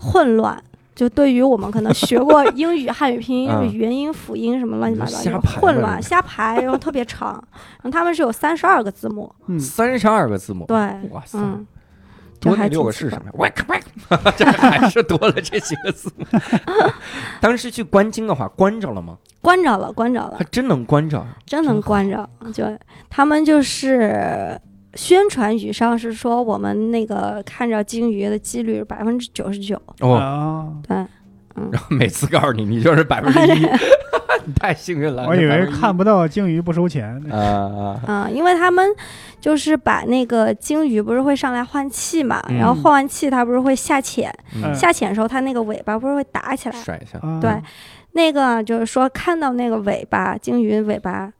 Speaker 3: 混乱。就对于我们可能学
Speaker 2: *laughs*
Speaker 3: 过英语、汉语拼音、
Speaker 2: 嗯
Speaker 3: 元音、辅音什么乱七八糟，
Speaker 2: 瞎
Speaker 3: 就
Speaker 2: 排
Speaker 3: 混
Speaker 2: 吧
Speaker 3: 乱、
Speaker 2: 你
Speaker 3: 瞎排，然后特别长。然后他们是有三十二个字母，
Speaker 1: 嗯，
Speaker 2: 三十二个字母，
Speaker 3: 对，
Speaker 2: 哇塞，
Speaker 3: 嗯，就
Speaker 2: 多
Speaker 3: 还
Speaker 2: 那
Speaker 3: 挺
Speaker 2: 六个
Speaker 3: 奇
Speaker 2: 是
Speaker 3: 怪
Speaker 2: 什么呀？wake wake，这还是多了这几个
Speaker 3: *laughs*
Speaker 2: 字母。当时去观鲸的话，关着了吗？
Speaker 3: 关着了，关着了
Speaker 2: 还，真能关着啊，
Speaker 3: *laughs* 真能关着。就他们就是宣传语上是说我们那个看着鲸鱼的几率百分之九十九，
Speaker 2: 哦，
Speaker 1: 啊，
Speaker 2: 然后哦每次告诉你，你就是百分之一，
Speaker 3: *laughs*
Speaker 2: 你太幸运了。
Speaker 1: 我以
Speaker 2: 这
Speaker 1: 为
Speaker 2: 1%
Speaker 1: 看不到鲸鱼不收钱，
Speaker 2: 啊啊，
Speaker 3: 啊，因为他们就是把那个鲸鱼不是会上来换气嘛，
Speaker 2: 嗯
Speaker 3: 然后换完气它不是会下潜，
Speaker 2: 嗯
Speaker 1: 嗯
Speaker 3: 下潜的时候它那个尾巴不是会打起来，
Speaker 2: 甩一下，
Speaker 1: 啊
Speaker 3: 对，那个就是说看到那个尾巴，鲸鱼尾巴。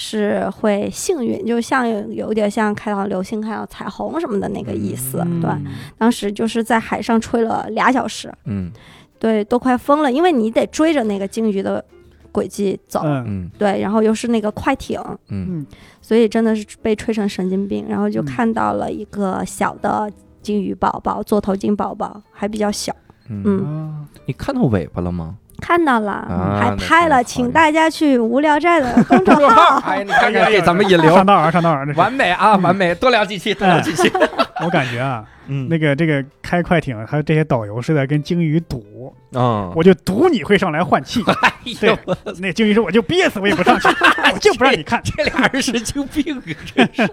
Speaker 3: 是会幸运，就像有有点像看到流星、看到彩虹什么的那个意思，对。当时就是在海上吹了俩小时，
Speaker 2: 嗯
Speaker 3: 对，都快疯了，因为你得追着那个鲸鱼的轨迹走，
Speaker 1: 嗯
Speaker 2: 嗯
Speaker 3: 对，然后又是那个快艇，
Speaker 2: 嗯，
Speaker 1: 嗯
Speaker 3: 所以真的是被吹成神经病。然后就
Speaker 1: 嗯
Speaker 3: 看到了一个小的鲸鱼宝宝，座头鲸宝宝还比较小，
Speaker 2: 嗯
Speaker 3: 嗯
Speaker 1: 啊，
Speaker 2: 你看到尾巴了吗？
Speaker 3: *laughs* 看到了，
Speaker 2: 啊
Speaker 3: 还
Speaker 2: 那
Speaker 3: 拍
Speaker 2: 真好
Speaker 3: 了，请大家去无聊斋的 *laughs* 公众号。
Speaker 2: *laughs* 哎，你看看给咱们引流
Speaker 1: 上，道啊，上道啊，这是
Speaker 2: 完美啊，完美，多聊几期，多聊几期。
Speaker 1: 我感觉啊，
Speaker 2: 嗯
Speaker 1: 那个这个开快艇还有这些导游是在跟鲸鱼赌，
Speaker 2: 啊，
Speaker 1: 我就赌你会上来
Speaker 2: *laughs*
Speaker 1: 换气。
Speaker 2: 哎
Speaker 1: 对
Speaker 2: 呦，，
Speaker 1: 那鲸鱼说我就憋死我也
Speaker 2: *laughs*
Speaker 1: 不上去，我就不让你看。
Speaker 2: 这俩人神经病，啊真
Speaker 3: *laughs*
Speaker 2: 是。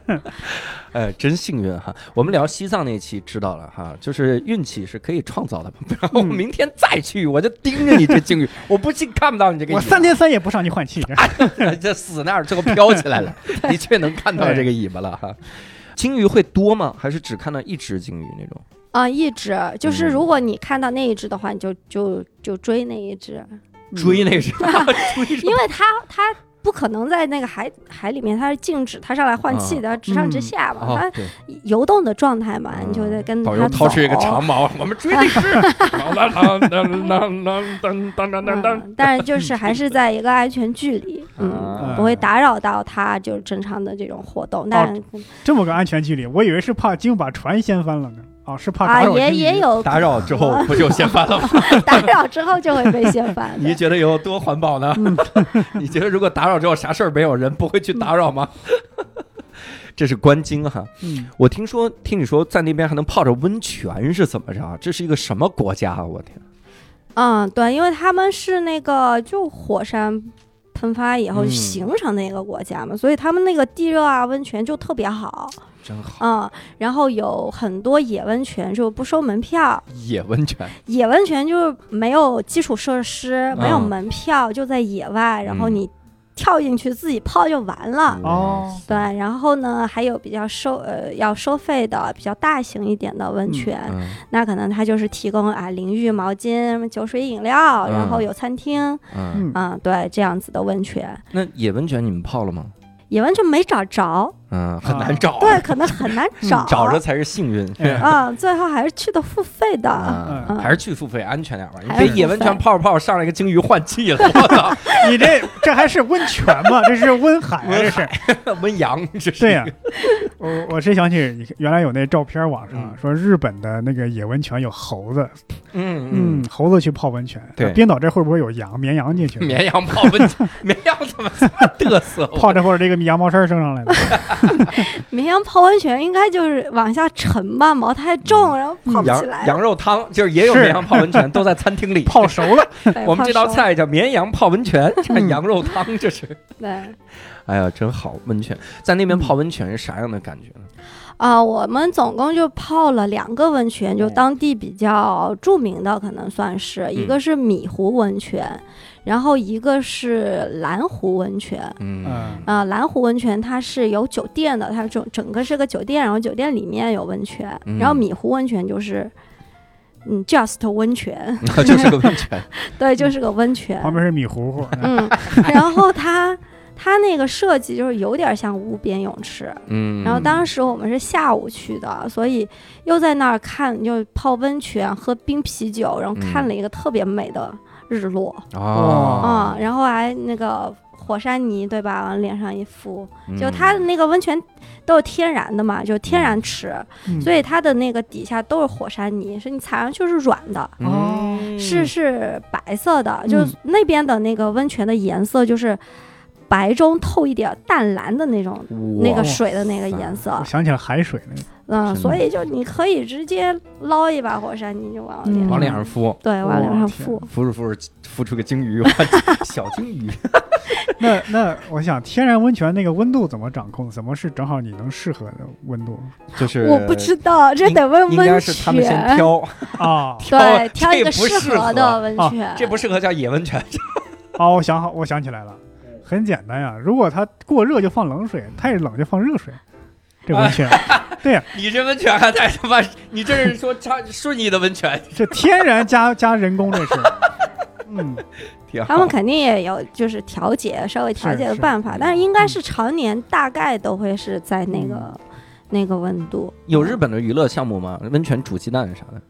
Speaker 2: 哎，真幸运哈！我们聊西藏那期知道了哈，就是运气是可以创造的嘛。然
Speaker 3: 嗯
Speaker 2: 后我明天再去，我就盯着你这鲸鱼，我不信看不到你这个。
Speaker 1: 我三天三夜不上去换气，
Speaker 2: 啊这死那儿，最后飘起
Speaker 3: *laughs*
Speaker 2: 来了，的确能看到这个尾巴了哈。鲸鱼会多吗？还是只看到一只鲸鱼那种？
Speaker 3: 啊，一只就是
Speaker 2: 嗯
Speaker 3: 如果你看到那一只的话，你就就就追那一只，
Speaker 1: 嗯
Speaker 2: 追那
Speaker 3: *laughs*
Speaker 2: 是追什
Speaker 3: 嗯因
Speaker 2: 么？
Speaker 3: 为它它不可能在那个海海里面，它是静止，它上来换气的，
Speaker 2: 啊
Speaker 3: 它直上直下嘛，它
Speaker 2: 哦，对，
Speaker 3: 游动的状态嘛，
Speaker 2: 嗯
Speaker 3: 你就得跟
Speaker 2: 导
Speaker 3: 它
Speaker 2: 游掏出一个
Speaker 3: 走
Speaker 2: 长矛，我们追那
Speaker 3: *laughs*
Speaker 2: 只。啊当当当当当当当当当。
Speaker 3: 嗯，但是就是还是在一个安全距
Speaker 2: *laughs*
Speaker 3: 离，嗯，
Speaker 2: 啊
Speaker 3: 不会打扰到它就是正常的这种活动。但
Speaker 1: 这么个安全距离，我以为是怕鲸把船掀翻了呢。啊，是怕
Speaker 3: 啊
Speaker 1: 打扰，
Speaker 3: 也
Speaker 1: 鲸鱼
Speaker 3: 也有
Speaker 2: 打扰之后不就掀翻了 *laughs* 吗？
Speaker 3: 打扰之后就会被掀
Speaker 2: *laughs*
Speaker 3: 翻
Speaker 2: 你
Speaker 3: 的。
Speaker 2: 觉得有多环保呢？你觉得如果打扰之后啥事儿没有，人不会去打扰吗？ *laughs* 这是观鲸哈，
Speaker 1: 嗯
Speaker 2: 我听说听你说在那边还能泡着温泉是怎么着？啊这是一个什么国家啊？我天！
Speaker 3: 嗯，对，因为他们是那个就火山。喷发以后
Speaker 2: 嗯
Speaker 3: 形成的一个国家嘛，所以他们那个地热啊温泉就特别好，
Speaker 2: 真好，
Speaker 3: 嗯，然后有很多野温泉就不收门票，
Speaker 2: 野温泉，
Speaker 3: 野温泉就是没有基础设施，没有
Speaker 2: 嗯
Speaker 3: 门票，就在野外，然后
Speaker 2: 嗯
Speaker 3: 你跳进去自己泡就完
Speaker 2: 啊
Speaker 3: 了。
Speaker 1: 哦，
Speaker 3: 对，然后呢，还有比较收呃要收费的比较大型一点的温
Speaker 1: 嗯
Speaker 3: 泉，
Speaker 2: 嗯
Speaker 3: 那可能它就是提供啊淋浴、毛巾、什么酒水、饮料，然后
Speaker 2: 嗯
Speaker 3: 有餐厅，
Speaker 2: 嗯，
Speaker 1: 嗯
Speaker 3: 嗯，对，这样子的温泉。
Speaker 2: 那野温泉你们泡了吗？
Speaker 3: 也完全没找着，
Speaker 2: 嗯，很难找，
Speaker 3: 对，可能很难找，
Speaker 2: 嗯找着才是幸运。嗯
Speaker 1: 哎
Speaker 3: 啊，最后还是去的付费的，
Speaker 2: 啊
Speaker 3: 嗯
Speaker 2: 还是去付费安全点吧。你
Speaker 3: 还
Speaker 2: 别
Speaker 3: 是付
Speaker 2: 野温泉
Speaker 3: 费
Speaker 2: 泡泡上来个鲸鱼换气了，我操， *laughs*
Speaker 1: 你这这还是温泉吗？这是温海啊，这是。
Speaker 2: 温阳这是
Speaker 1: 对呀、我我真想起原来有那照片，网上啊
Speaker 2: 嗯
Speaker 1: 说日本的那个野温泉有猴子，
Speaker 2: 嗯嗯，
Speaker 1: 猴子去泡温泉。
Speaker 2: 对
Speaker 1: 冰岛这会不会有羊、绵
Speaker 2: *laughs*
Speaker 1: 羊进去？
Speaker 2: 绵羊泡温泉，绵羊怎么这么嘚瑟？
Speaker 1: 泡着或者这个羊毛衫升上来了，
Speaker 3: 绵羊泡温泉应该就是往下沉吧，毛太
Speaker 2: 嗯
Speaker 3: 重，然后泡不起
Speaker 2: 羊
Speaker 3: 来。
Speaker 2: 羊肉汤就是也有
Speaker 1: 是
Speaker 2: 绵羊泡温泉，都在餐厅里
Speaker 1: 泡熟了。
Speaker 3: 对
Speaker 2: *laughs* 我们这道
Speaker 3: 泡熟
Speaker 2: 菜叫绵羊泡温泉，这羊肉汤这是。
Speaker 3: 对。
Speaker 2: 哎呀，真好，温泉在那边泡温泉是啥样的感觉呢？
Speaker 3: 啊、我们总共就泡了两个温泉，就当地比较著名的，可能算是一个是米湖温泉，然后一个是蓝湖温泉。
Speaker 2: 嗯
Speaker 3: 啊、蓝湖温泉它是有酒店的，它整整个是个酒店，然后酒店里面有温泉，
Speaker 2: 嗯
Speaker 3: 然后米湖温泉就是，嗯，just 温泉，
Speaker 2: *laughs*
Speaker 3: *laughs*
Speaker 2: 就是个温泉，
Speaker 3: 对，就是个温泉。
Speaker 1: 旁边是米糊糊，
Speaker 3: 嗯，然后它它那个设计就是有点像无边泳池，
Speaker 2: *laughs* 嗯，
Speaker 3: 然后当时我们是下午去的，所以又在那儿看，就泡温泉、喝冰啤酒，然后
Speaker 2: 嗯
Speaker 3: 看了一个特别美的日落
Speaker 2: 哦，
Speaker 3: 啊、然后还那个火山泥，对吧？往脸上一敷，
Speaker 2: 嗯
Speaker 3: 哦就它的那个温泉都是天然的嘛，就天然池，
Speaker 1: 嗯
Speaker 3: 所以它的那个底下都是火山泥，是你踩上去是软的。
Speaker 2: 哦
Speaker 3: 是是白色的，
Speaker 2: 嗯
Speaker 3: 就是那边的那个温泉的颜色就是白中透一点淡蓝的那种那个水的那个
Speaker 2: 塞
Speaker 3: 颜色，
Speaker 1: 我想起了海水那个。
Speaker 2: 真
Speaker 3: 嗯，
Speaker 2: 的
Speaker 3: 所以就你可以直接捞一把火山泥就往
Speaker 1: 嗯
Speaker 3: 脸
Speaker 2: 往
Speaker 3: 上，
Speaker 2: 脸上敷，
Speaker 3: 对，往脸
Speaker 1: 哇
Speaker 3: 上
Speaker 1: 天
Speaker 3: 敷。
Speaker 2: 敷着敷着敷出个鲸 *laughs* 鱼，小鲸鱼，
Speaker 1: 那那我想，天然温泉那个温度怎么掌控？怎么是正好你能适合的温度 *laughs*
Speaker 2: 就是
Speaker 3: 我不知道，这得问
Speaker 2: 应
Speaker 3: 温
Speaker 2: 该是他们先
Speaker 3: 泉。
Speaker 2: 挑，
Speaker 3: *laughs*
Speaker 1: 啊？
Speaker 3: 对，挑
Speaker 2: 这
Speaker 3: 一个
Speaker 2: 不适
Speaker 3: 合的温
Speaker 1: 啊
Speaker 3: 泉。
Speaker 2: 这不适合叫野温泉，
Speaker 1: 哦，我想好，我想起来了，很简单呀。如果它过热就放冷水，太冷就放热水。这温泉，
Speaker 2: *laughs* 你这温泉还太他妈，你这是说差顺义的温泉，
Speaker 1: 这天然加加人工，这是。嗯，
Speaker 2: *laughs* 挺好
Speaker 3: 他们肯定也有就是调节，稍微调
Speaker 1: 是
Speaker 3: 节的
Speaker 1: 是
Speaker 3: 办法，但是应该
Speaker 1: 嗯
Speaker 3: 是常年大概都会是在那个
Speaker 2: 嗯
Speaker 3: 那个温度。
Speaker 2: 有日本的娱乐项目吗？温泉煮鸡蛋啥的？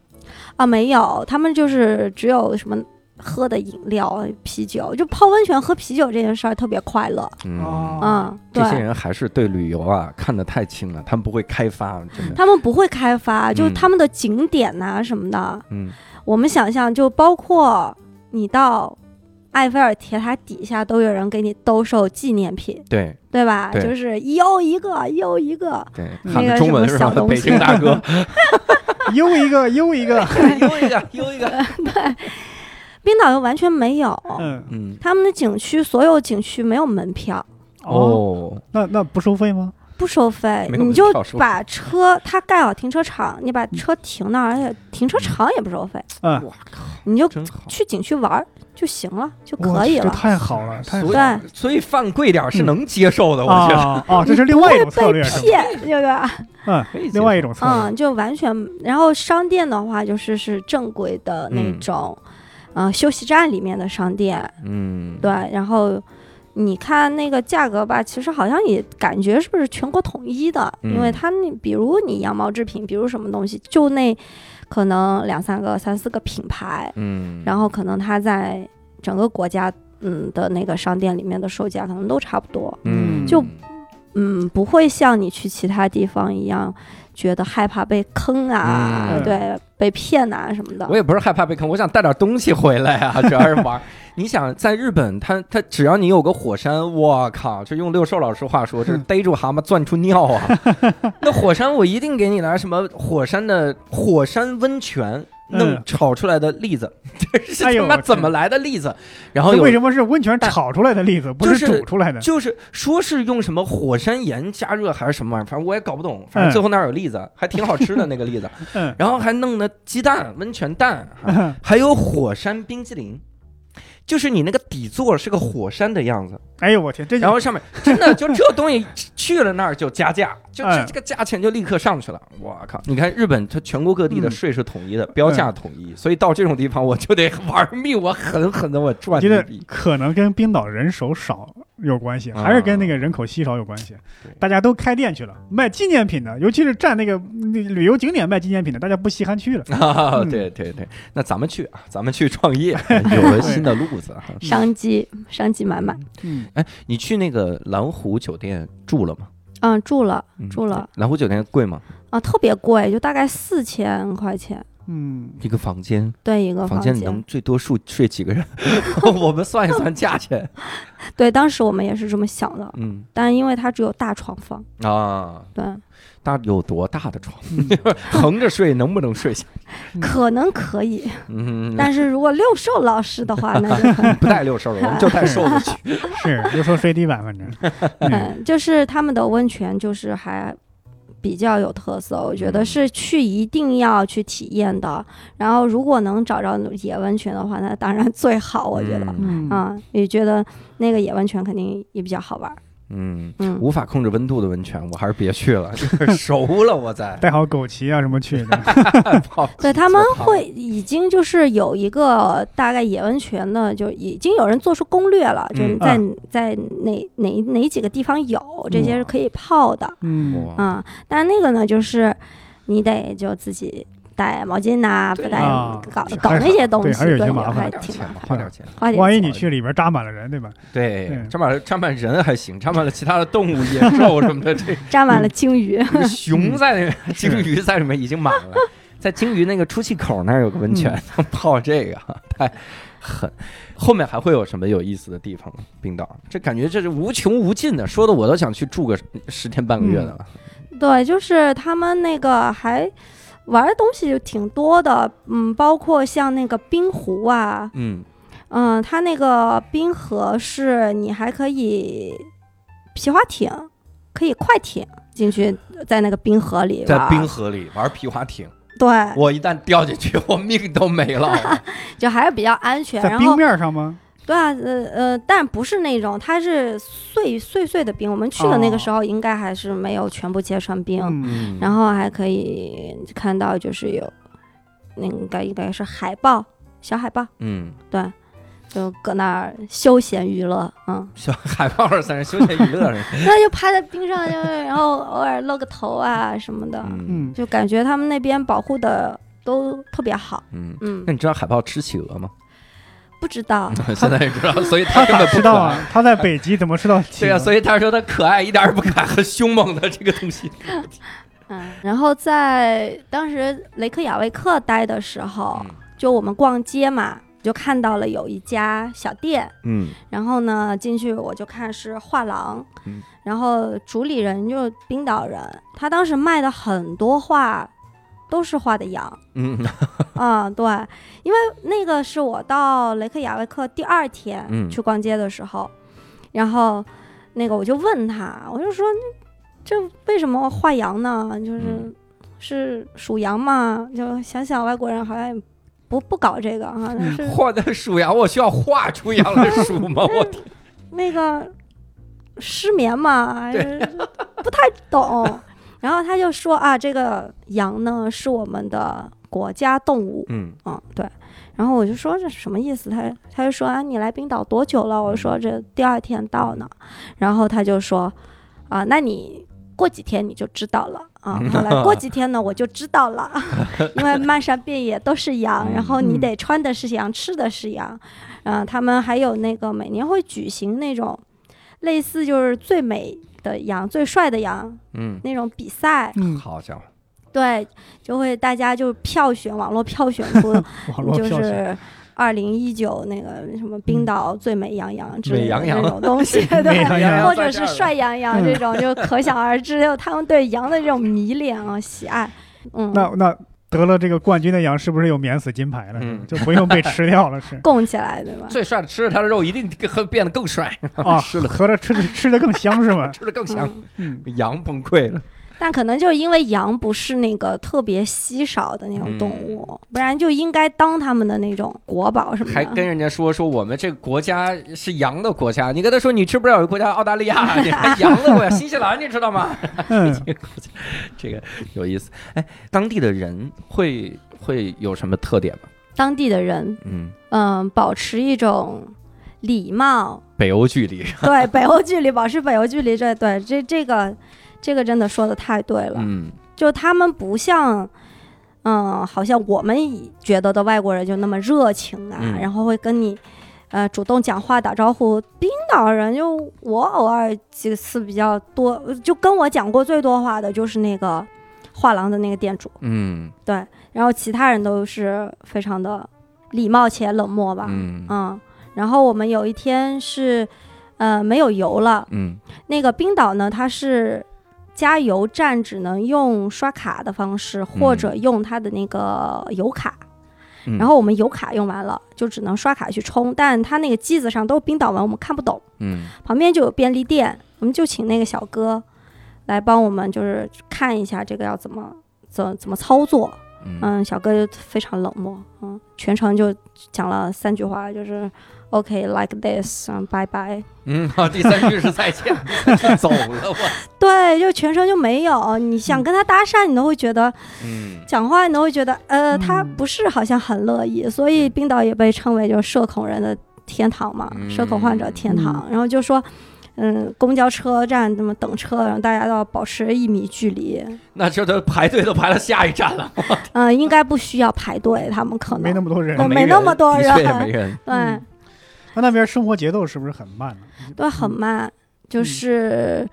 Speaker 3: 啊，没有，他们就是只有什么喝的饮料、啤酒，就泡温泉喝啤酒这件事儿特别快乐。
Speaker 2: 嗯
Speaker 1: 哦。
Speaker 3: 嗯，对
Speaker 2: 这。些人还是对旅游啊看得太清了，他们不会开发，真
Speaker 3: *laughs*
Speaker 2: 的。
Speaker 3: 他们不会开发，就是
Speaker 2: 嗯
Speaker 3: 他们的景点呐、什么的，
Speaker 2: 嗯，
Speaker 3: 我们想象就包括你到埃菲尔铁塔底下都有人给你兜售纪念品，
Speaker 2: 对
Speaker 3: 对吧？
Speaker 2: 对
Speaker 3: 就是一欧一个，一欧一个。
Speaker 2: 对，
Speaker 1: 嗯
Speaker 2: 喊的
Speaker 3: 那个
Speaker 2: 中
Speaker 3: 什
Speaker 2: 文
Speaker 3: 么
Speaker 2: 是吧
Speaker 3: 小？东
Speaker 2: 北
Speaker 3: 西
Speaker 2: 京大
Speaker 3: *laughs*
Speaker 2: 哥， *laughs*
Speaker 1: 悠一个悠一个，
Speaker 2: 悠一个，悠一个。
Speaker 3: 冰岛又完全没有，
Speaker 1: 嗯，
Speaker 2: 嗯，
Speaker 3: 他们的景区所有景区没有门票，
Speaker 1: 哦，
Speaker 2: 哦，
Speaker 1: 那那不收费吗？
Speaker 3: 不收费，
Speaker 2: 没有门
Speaker 3: 你就
Speaker 2: 票收费
Speaker 3: 把车，他盖好停车场，你把车停那儿，而且停车场也不收费，
Speaker 2: 哦
Speaker 1: 嗯，
Speaker 3: 你就
Speaker 2: 真好。
Speaker 3: 去景区玩儿就行了，就
Speaker 1: 哇
Speaker 3: 可以
Speaker 1: 这
Speaker 3: 了。
Speaker 1: 太好了，太好
Speaker 2: 所
Speaker 1: 了
Speaker 2: 以，所以饭贵点儿
Speaker 3: 嗯
Speaker 2: 是能接受的，我觉得。
Speaker 1: 啊啊！这是另外一种策略，是吧？
Speaker 3: 骗，对吧？
Speaker 1: 嗯，
Speaker 2: 可以接受
Speaker 1: 另外一种策略，
Speaker 3: 嗯，就完全。然后商店的话，就是是正规的那
Speaker 2: 嗯
Speaker 3: 种，嗯、呃，休息站里面的商店，
Speaker 2: 嗯，
Speaker 3: 对。然后你看那个价格吧，其实好像也感觉是不是全国统一的？因为
Speaker 2: 嗯
Speaker 3: 它那比如你羊毛制品，比如什么东西，就那可能两三个、三四个品牌，
Speaker 2: 嗯，
Speaker 3: 然后可能它在整个国家。嗯的那个商店里面的售价可能都差不多，
Speaker 2: 嗯，
Speaker 3: 就嗯，不会像你去其他地方一样，觉得害怕被坑啊，
Speaker 2: 嗯
Speaker 3: 对，被骗啊什么的
Speaker 2: *laughs* 我。也不是害怕被坑，我想带点东西回来
Speaker 1: *laughs*
Speaker 2: 啊，主要是玩儿。你想在日本，他他只要你有个火山，我靠，就用六兽老师话说，
Speaker 1: *laughs*
Speaker 2: 就是逮住蛤蟆钻出尿啊。那火山我一定给你来什么火山的火山温泉。弄
Speaker 1: 嗯
Speaker 2: 炒出来的栗
Speaker 1: *laughs*
Speaker 2: 子，这是
Speaker 1: 哎呦
Speaker 2: 他妈
Speaker 1: 我
Speaker 2: 怎
Speaker 1: 天
Speaker 2: 么来的栗子？然后
Speaker 1: 那为
Speaker 2: 有
Speaker 1: 什么是温泉炒出来的例子，不
Speaker 2: 就是是
Speaker 1: 煮出来的？
Speaker 2: 就是说是用什么火山岩加热还是什么玩意儿，反正我也搞不懂。反正
Speaker 1: 嗯
Speaker 2: 最后那儿有栗子，还挺好吃的那个
Speaker 1: *laughs*
Speaker 2: 栗子。
Speaker 1: 嗯
Speaker 2: 然后还弄的鸡蛋、温泉蛋，还还有火山冰激凌，就是你那个底座是个火山的样子，
Speaker 1: 哎呦我天，这
Speaker 2: 然
Speaker 1: 就
Speaker 2: 后上面真的就这东西去了那儿就加价，就这
Speaker 1: 哎
Speaker 2: 这个价钱就立刻上去了。我靠！你看日本它全国各地的
Speaker 1: 嗯
Speaker 2: 税是统一的，标价统一，所以到这种地方我就得玩命，我狠狠的我赚
Speaker 1: 觉得
Speaker 2: 一笔。
Speaker 1: 可能跟冰岛人手少有关系，
Speaker 2: 啊
Speaker 1: 还是跟那个人口稀少有关系
Speaker 2: 对。
Speaker 1: 大家都开店去了，卖纪念品的，尤其是占那个那旅游景点卖纪念品的，大家不稀罕去了。
Speaker 2: 啊，*laughs*
Speaker 1: 嗯
Speaker 2: 对对对，那咱们去啊，咱们去创业，有了新的路子啊。
Speaker 3: 商机商机满满。
Speaker 1: 嗯，
Speaker 2: 哎，你去那个蓝湖酒店住了吗？
Speaker 3: 嗯，住了
Speaker 2: 嗯
Speaker 3: 住了。
Speaker 2: 蓝湖酒店贵吗？
Speaker 3: 啊，特别贵，就大概四千块钱
Speaker 2: *laughs*
Speaker 1: 嗯，
Speaker 2: 一个房间，
Speaker 3: 对一个
Speaker 2: 房
Speaker 3: 间。
Speaker 2: 间能最多睡睡几个
Speaker 3: *laughs*
Speaker 2: 人？我们算一算价钱。
Speaker 3: 对，当时我们也是这么想的，
Speaker 2: 嗯
Speaker 3: 但因为它只有大床房，
Speaker 2: 啊，
Speaker 3: 对，
Speaker 2: 那有多大的床？
Speaker 1: 嗯
Speaker 2: 横着睡能不能睡下？
Speaker 3: 可能可以， *laughs*
Speaker 2: 嗯，
Speaker 3: 但是如果六兽老师的话，那就很
Speaker 2: 不带六兽了，我们就带瘦子去。
Speaker 1: 是，就说睡地板，反正。嗯
Speaker 3: 嗯，就是他们的温泉就是还比较有特色，我觉得
Speaker 2: 嗯
Speaker 3: 是去一定要去体验的。然后如果能找着野温泉的话，那当然最好， *laughs* 我觉得。
Speaker 2: 嗯
Speaker 1: 嗯，
Speaker 3: 啊、也觉得那个野温泉肯定也比较好玩儿。
Speaker 2: 嗯，
Speaker 3: 嗯，
Speaker 2: 无法控制温度的温泉，我还是别去了， *laughs* 熟了我再。
Speaker 1: 带好枸杞啊什么去
Speaker 2: *laughs*
Speaker 1: 的。
Speaker 3: 对他们会已经就是有一个大概野温泉的，就已经有人做出攻略了，就
Speaker 2: 嗯
Speaker 3: 是在、
Speaker 1: 啊
Speaker 3: 在哪哪哪几个地方有这
Speaker 2: 嗯
Speaker 3: 些是可以泡的
Speaker 1: 嗯，
Speaker 2: 哇，
Speaker 3: 啊、但那个呢，就是你得就自己带毛巾呐、不
Speaker 2: 对
Speaker 3: 带
Speaker 1: 啊
Speaker 3: 搞
Speaker 2: 是
Speaker 3: 搞
Speaker 1: 还
Speaker 3: 那
Speaker 1: 是
Speaker 3: 些东
Speaker 1: 对
Speaker 3: 西，
Speaker 1: 还是有
Speaker 3: 对
Speaker 1: 些麻
Speaker 3: 还
Speaker 2: 花
Speaker 1: 烦
Speaker 2: 点
Speaker 3: 挺麻
Speaker 2: 钱，
Speaker 3: 烦
Speaker 2: 花点钱。
Speaker 3: 花点
Speaker 1: 万一
Speaker 3: 钱
Speaker 1: 你去里边扎满了人，对吧？
Speaker 2: 对，
Speaker 1: 嗯
Speaker 2: 沾满沾满人还行，沾满了其他的动物、野兽什么的，这
Speaker 3: 沾
Speaker 1: 嗯
Speaker 3: 满了鲸
Speaker 1: *laughs*
Speaker 3: 鱼，
Speaker 2: 这个 *laughs* 熊在里面，鲸鱼在里面已经满 *laughs* 了，在鲸鱼那个出气口那儿有个温泉， *laughs* 泡这个太狠。后面还会有什么有意思的地方吗？冰岛，这感觉这是无穷无尽的，说的我都想去住个十天半个月的了。
Speaker 3: 对，就是他们那个还玩的东西就挺多的，嗯，包括像那个冰壶啊，
Speaker 2: 嗯，
Speaker 3: 嗯，它那个冰河是你还可以皮划艇，可以快艇进去，在那个冰河里
Speaker 2: 在
Speaker 3: 玩儿
Speaker 2: 冰河里玩皮划艇，
Speaker 3: 对，
Speaker 2: 我一旦掉进去，我命都没
Speaker 3: *laughs*
Speaker 2: 了。
Speaker 3: 就还是比较安全。
Speaker 1: 在
Speaker 3: 然
Speaker 1: 冰
Speaker 3: 后
Speaker 1: 面上吗？
Speaker 3: 对啊，呃呃，但不是那种，它是碎碎碎的冰。我们去的那个时候，应该还是没有全部切成冰，
Speaker 1: 嗯，
Speaker 2: 嗯
Speaker 3: 然后还可以看到就是有那个应该应该是海豹，小海豹，
Speaker 2: 嗯，
Speaker 3: 对，就搁那儿休闲娱乐，嗯。
Speaker 2: 小海豹儿算是休闲娱乐人。
Speaker 3: 那就趴在冰上，就是然后偶尔露个头啊什么的，
Speaker 2: 嗯
Speaker 1: 嗯，
Speaker 3: 就感觉他们那边保护的都特别好。
Speaker 2: 嗯，
Speaker 3: 嗯
Speaker 2: 那，你知道海豹吃企 *laughs* 鹅吗？
Speaker 3: 不知道
Speaker 2: 现在也知道，所以它根 *laughs*
Speaker 1: 他咋
Speaker 2: 本不
Speaker 1: 吃
Speaker 2: 可
Speaker 1: 到
Speaker 2: 爱。
Speaker 1: 啊？他在北极怎么吃到企鹅？
Speaker 2: 对呀、啊所以他说他可爱一点儿也不可爱，很凶猛的这个东 *laughs* 西。
Speaker 3: 嗯，然后在当时雷克雅未克待的时候，
Speaker 2: 嗯
Speaker 3: 就我们逛街嘛，就看到了有一家小店，
Speaker 2: 嗯
Speaker 3: 然后呢进去我就看是画廊，
Speaker 2: 嗯
Speaker 3: 然后主理人就是冰岛人，他当时卖的很多画都是画的羊。
Speaker 2: 嗯 *laughs*
Speaker 3: 啊、对，因为那个是我到雷克雅未克第二天
Speaker 2: 嗯
Speaker 3: 去逛街的时候，然后那个我就问他，我就说这为什么画羊呢？就是、
Speaker 2: 嗯
Speaker 3: 是属羊嘛？就想想外国人好像也不不搞这个啊，但是
Speaker 2: 画的属羊，我需要画出羊来数吗？我天
Speaker 3: 那个失眠嘛，还是不太懂。 *laughs* 然后他就说啊，这个羊呢是我们的国家动物，
Speaker 2: 嗯
Speaker 3: 嗯，对。然后我就说这什么意思？他他就说啊，你来冰岛多久了？我说这第二天到呢。然后他就说啊，那你过几天你就知道了啊。后来过几天呢，我就知道了， *laughs* 因为漫山遍野都是羊，然后你
Speaker 1: 嗯
Speaker 3: 得穿的是羊，吃的是羊。嗯、他们还有那个每年会举行那种类似就是最美的羊、最帅的羊
Speaker 2: 嗯，
Speaker 3: 那种比赛，
Speaker 1: 嗯，
Speaker 2: 好家伙，
Speaker 3: 对，就会大家就票选，网络票选出
Speaker 1: 网络
Speaker 3: 就
Speaker 1: 票选。嗯
Speaker 3: 是二零一九那个什么冰岛最美羊羊之
Speaker 2: 美
Speaker 3: 类的
Speaker 2: 羊
Speaker 3: 那
Speaker 2: 羊
Speaker 3: 种东西，
Speaker 2: *laughs*
Speaker 1: 美
Speaker 3: 对，
Speaker 1: 羊
Speaker 2: 羊
Speaker 3: 或
Speaker 2: 在这
Speaker 3: 者是
Speaker 2: 儿
Speaker 3: 帅羊
Speaker 1: 嗯
Speaker 3: 羊这种，就可想而知，就他们对羊的这种迷恋啊、喜爱。嗯，
Speaker 1: 那那得了这个冠军的羊是不是有免死金牌了？
Speaker 2: 嗯
Speaker 1: 就不用被吃掉了，
Speaker 2: *laughs*
Speaker 1: 是
Speaker 3: 供起来，对吧？
Speaker 2: 最帅的吃了他的肉，一定更变得更帅，
Speaker 1: 啊，
Speaker 2: 吃了
Speaker 1: 合着吃的吃的更香是
Speaker 2: *laughs* ？
Speaker 1: 吗
Speaker 2: 吃的更香。
Speaker 3: 嗯，
Speaker 1: 嗯，
Speaker 2: 羊崩溃了，
Speaker 3: 但可能就是因为羊不是那个特别稀少的那种动
Speaker 2: 嗯
Speaker 3: 物，不然就应该当他们的那种国宝什么的。
Speaker 2: 还跟人家说说我们这个国家是羊的国家，你跟他说你吃不了个国家澳大利 *laughs* 亚，你还羊的国家新西兰，你知道吗？
Speaker 1: 嗯，
Speaker 2: *laughs* 这个有意思。哎，当地的人会会有什么特点吗？
Speaker 3: 当地的人，
Speaker 2: 嗯
Speaker 3: 嗯，保持一种礼貌，
Speaker 2: 北欧距离，
Speaker 3: *laughs* 对北欧距离，保持北欧距离，这对这这个这个真的说的太对了，
Speaker 2: 嗯，
Speaker 3: 就他们不像。嗯，好像我们以觉得的外国人就那么热情啊，
Speaker 2: 嗯
Speaker 3: 然后会跟你，呃，主动讲话打招呼。冰岛人就我偶尔几次比较多，就跟我讲过最多话的就是那个画廊的那个店主，
Speaker 2: 嗯
Speaker 3: 对，然后其他人都是非常的礼貌且冷漠吧，
Speaker 2: 嗯
Speaker 3: 嗯然后我们有一天是，呃，没有油了，
Speaker 2: 嗯
Speaker 3: 那个冰岛呢，它是加油站只能用刷卡的方式，或者用它的那个油卡。
Speaker 2: 嗯
Speaker 3: 然后我们油卡用完了，就只能刷卡去充，但它那个机子上都是冰岛文，我们看不懂。
Speaker 2: 嗯
Speaker 3: 旁边就有便利店，我们就请那个小哥来帮我们，就是看一下这个要怎么怎怎么操作。
Speaker 2: 嗯
Speaker 3: 嗯，小哥就非常冷漠，嗯，全程就讲了三句话，就是 OK like this，嗯，拜拜。
Speaker 2: 嗯，好，第三句是再见， *laughs* 走了我，
Speaker 3: 对，就全程就没有。你
Speaker 1: 嗯
Speaker 3: 想跟他搭讪，你都会觉得
Speaker 2: 嗯
Speaker 3: 讲话，你都会觉得，呃，他
Speaker 1: 嗯
Speaker 3: 不是好像很乐意，所以冰岛也被称为就是社恐人的天堂嘛，社恐
Speaker 1: 嗯
Speaker 3: 患者天堂。然后就说，嗯，公交车站那么等车，然后大家都要保持一米距离，
Speaker 1: 嗯
Speaker 2: 那这都排队都排到下一站了，
Speaker 3: 嗯、应该不需要排队，他们可
Speaker 1: 没那
Speaker 3: 能。
Speaker 1: 么多人
Speaker 3: 哦。没
Speaker 2: 人
Speaker 3: 那么多
Speaker 2: 的确也
Speaker 3: 人
Speaker 2: 没人，
Speaker 3: 对
Speaker 1: 嗯那那边生活节奏是不是很慢啊呢？
Speaker 3: 对，很慢，就
Speaker 1: 嗯
Speaker 3: 是。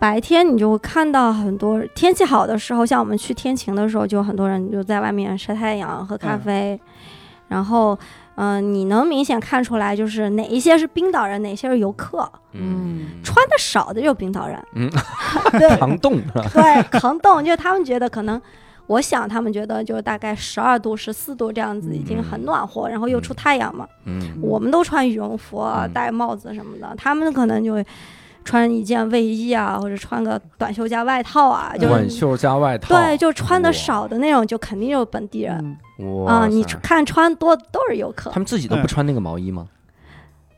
Speaker 3: 白天你就会看到很多天气好的时候，像我们去天晴的时候，就很多人就在外面晒太阳、喝咖
Speaker 1: 嗯
Speaker 3: 啡。然后，嗯、你能明显看出来，就是哪一些是冰岛人，哪些是游客。
Speaker 2: 嗯，
Speaker 3: 穿的少的就是冰岛人，
Speaker 2: 嗯
Speaker 3: *laughs* 对
Speaker 2: 糖冻是吧？
Speaker 3: 对，扛冻就是他们觉得可能，我想他们觉得就是大概十二度、十四度这样子已经很
Speaker 2: 嗯
Speaker 3: 暖和，然后又出太阳嘛。
Speaker 2: 嗯
Speaker 3: 我们都穿羽绒服啊，
Speaker 2: 嗯
Speaker 3: 戴帽子什么的，他们可能就会穿一件卫衣啊，或者穿个短袖加外套啊，就
Speaker 2: 嗯短
Speaker 3: 是
Speaker 2: 袖加外套，
Speaker 3: 对，就穿的
Speaker 2: 哇
Speaker 3: 少的那种，就肯定就是本地人
Speaker 1: 嗯
Speaker 2: 哇
Speaker 3: 啊。你
Speaker 2: 塞
Speaker 3: 看穿多的都是游客
Speaker 2: 他，们自己都不穿那个毛衣
Speaker 3: *laughs*
Speaker 2: 吗？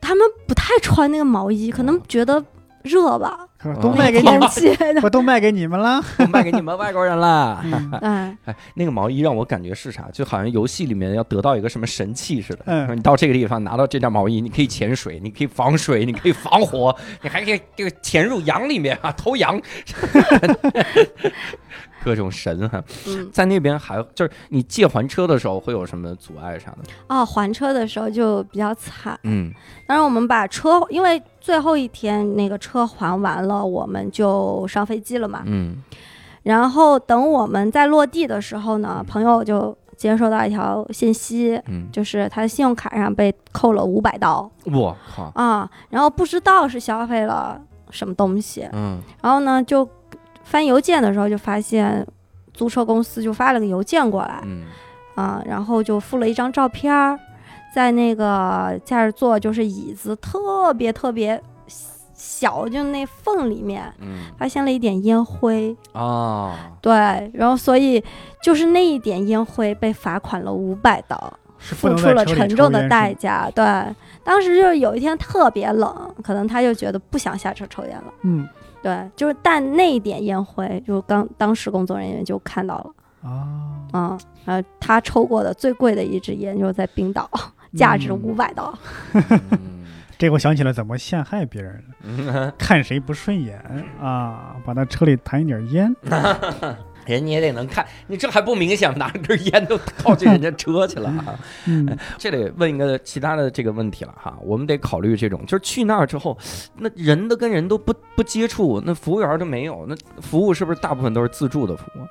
Speaker 3: 他们不太穿那个毛衣，可能觉得热吧，
Speaker 1: 可
Speaker 2: 哦
Speaker 1: 都卖给你 *laughs*
Speaker 3: 天气
Speaker 2: *laughs*
Speaker 3: 的，
Speaker 1: 我都卖给你们了。
Speaker 2: 我卖给你们外国人啦！
Speaker 1: 嗯
Speaker 3: 哎，
Speaker 2: 哎，那个毛衣让我感觉是啥？就好像游戏里面要得到一个什么神器似的。
Speaker 1: 嗯
Speaker 2: 说你到这个地方拿到这件毛衣，你可以潜水，你可以防水，你可以防火，你还可以这个潜入洋里面啊，投洋， *laughs* 各种神啊！
Speaker 3: 嗯，
Speaker 2: 在那边还就是你借还车的时候会有什么阻碍啥的？
Speaker 3: 哦，还车的时候就比较惨。
Speaker 2: 嗯
Speaker 3: 当然，我们把车，因为最后一天那个车还完了，我们就上飞机了嘛。
Speaker 2: 嗯
Speaker 3: 然后等我们在落地的时候呢，朋友就接收到一条信息，
Speaker 2: 嗯，
Speaker 3: 就是他的信用卡上被扣了五百刀
Speaker 2: 我靠，
Speaker 3: 啊，然后不知道是消费了什么东西，
Speaker 2: 嗯
Speaker 3: 然后呢就翻邮件的时候就发现。租车公司就发了个邮件过来
Speaker 2: 嗯
Speaker 3: 啊，然后就附了一张照片儿，在那个驾驶座就是椅子特别特别小，就那缝里面
Speaker 2: 嗯
Speaker 3: 发现了一点烟灰，
Speaker 2: 啊，
Speaker 3: 对，然后所以就是那一点烟灰被罚款了五百刀，
Speaker 1: 是不
Speaker 3: 付
Speaker 1: 能
Speaker 3: 出
Speaker 1: 在
Speaker 3: 了
Speaker 1: 车里
Speaker 3: 沉
Speaker 1: 抽
Speaker 3: 重的
Speaker 1: 烟
Speaker 3: 代
Speaker 1: 是吗
Speaker 3: 价。对，当时就是有一天特别冷，可能他就觉得不想下车抽烟了。
Speaker 1: 嗯
Speaker 3: 对，就是但那一点烟灰，就刚当时工作人员就看到了，
Speaker 1: 啊，
Speaker 3: 嗯，呃，他抽过的最贵的一支烟就是在冰岛， *laughs* 价值
Speaker 1: 嗯
Speaker 3: 五百刀。
Speaker 2: 嗯
Speaker 1: 这个我想起了怎么陷害别人了，
Speaker 2: *laughs* 嗯
Speaker 1: 看谁不顺眼啊，把他车里弹一点烟，
Speaker 2: 人你也得能看，你这还不明显拿着根烟都靠近人家车去了啊！ *laughs*
Speaker 1: 嗯
Speaker 2: 这得问一个其他的这个问题了哈，我们得考虑这种，就是去那儿之后，那人都跟人都不不接触，那服务员都没有，那服务是不是大部分都是自助的服务？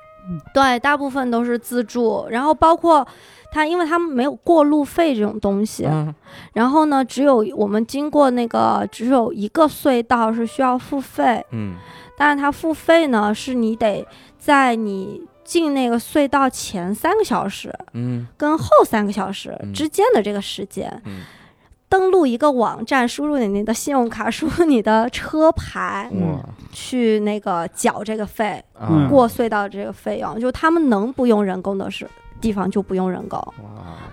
Speaker 3: 对，大部分都是自助，然后包括他，因为他们没有过路费这种东西，
Speaker 2: 嗯
Speaker 3: 然后呢，只有我们经过那个只有一个隧道是需要付费，
Speaker 2: 嗯
Speaker 3: 但是它付费呢，是你得在你进那个隧道前三个小时
Speaker 2: 嗯
Speaker 3: 跟后三个小时
Speaker 2: 嗯
Speaker 3: 之间的这个时间，
Speaker 2: 嗯
Speaker 3: 登录一个网站，输入你的信用卡，输入你的车牌，
Speaker 2: 哇
Speaker 3: 去那个缴这个费，
Speaker 2: 啊
Speaker 1: 嗯
Speaker 3: 嗯过隧道这个费用，就他们能不用人工的是地方就不用人工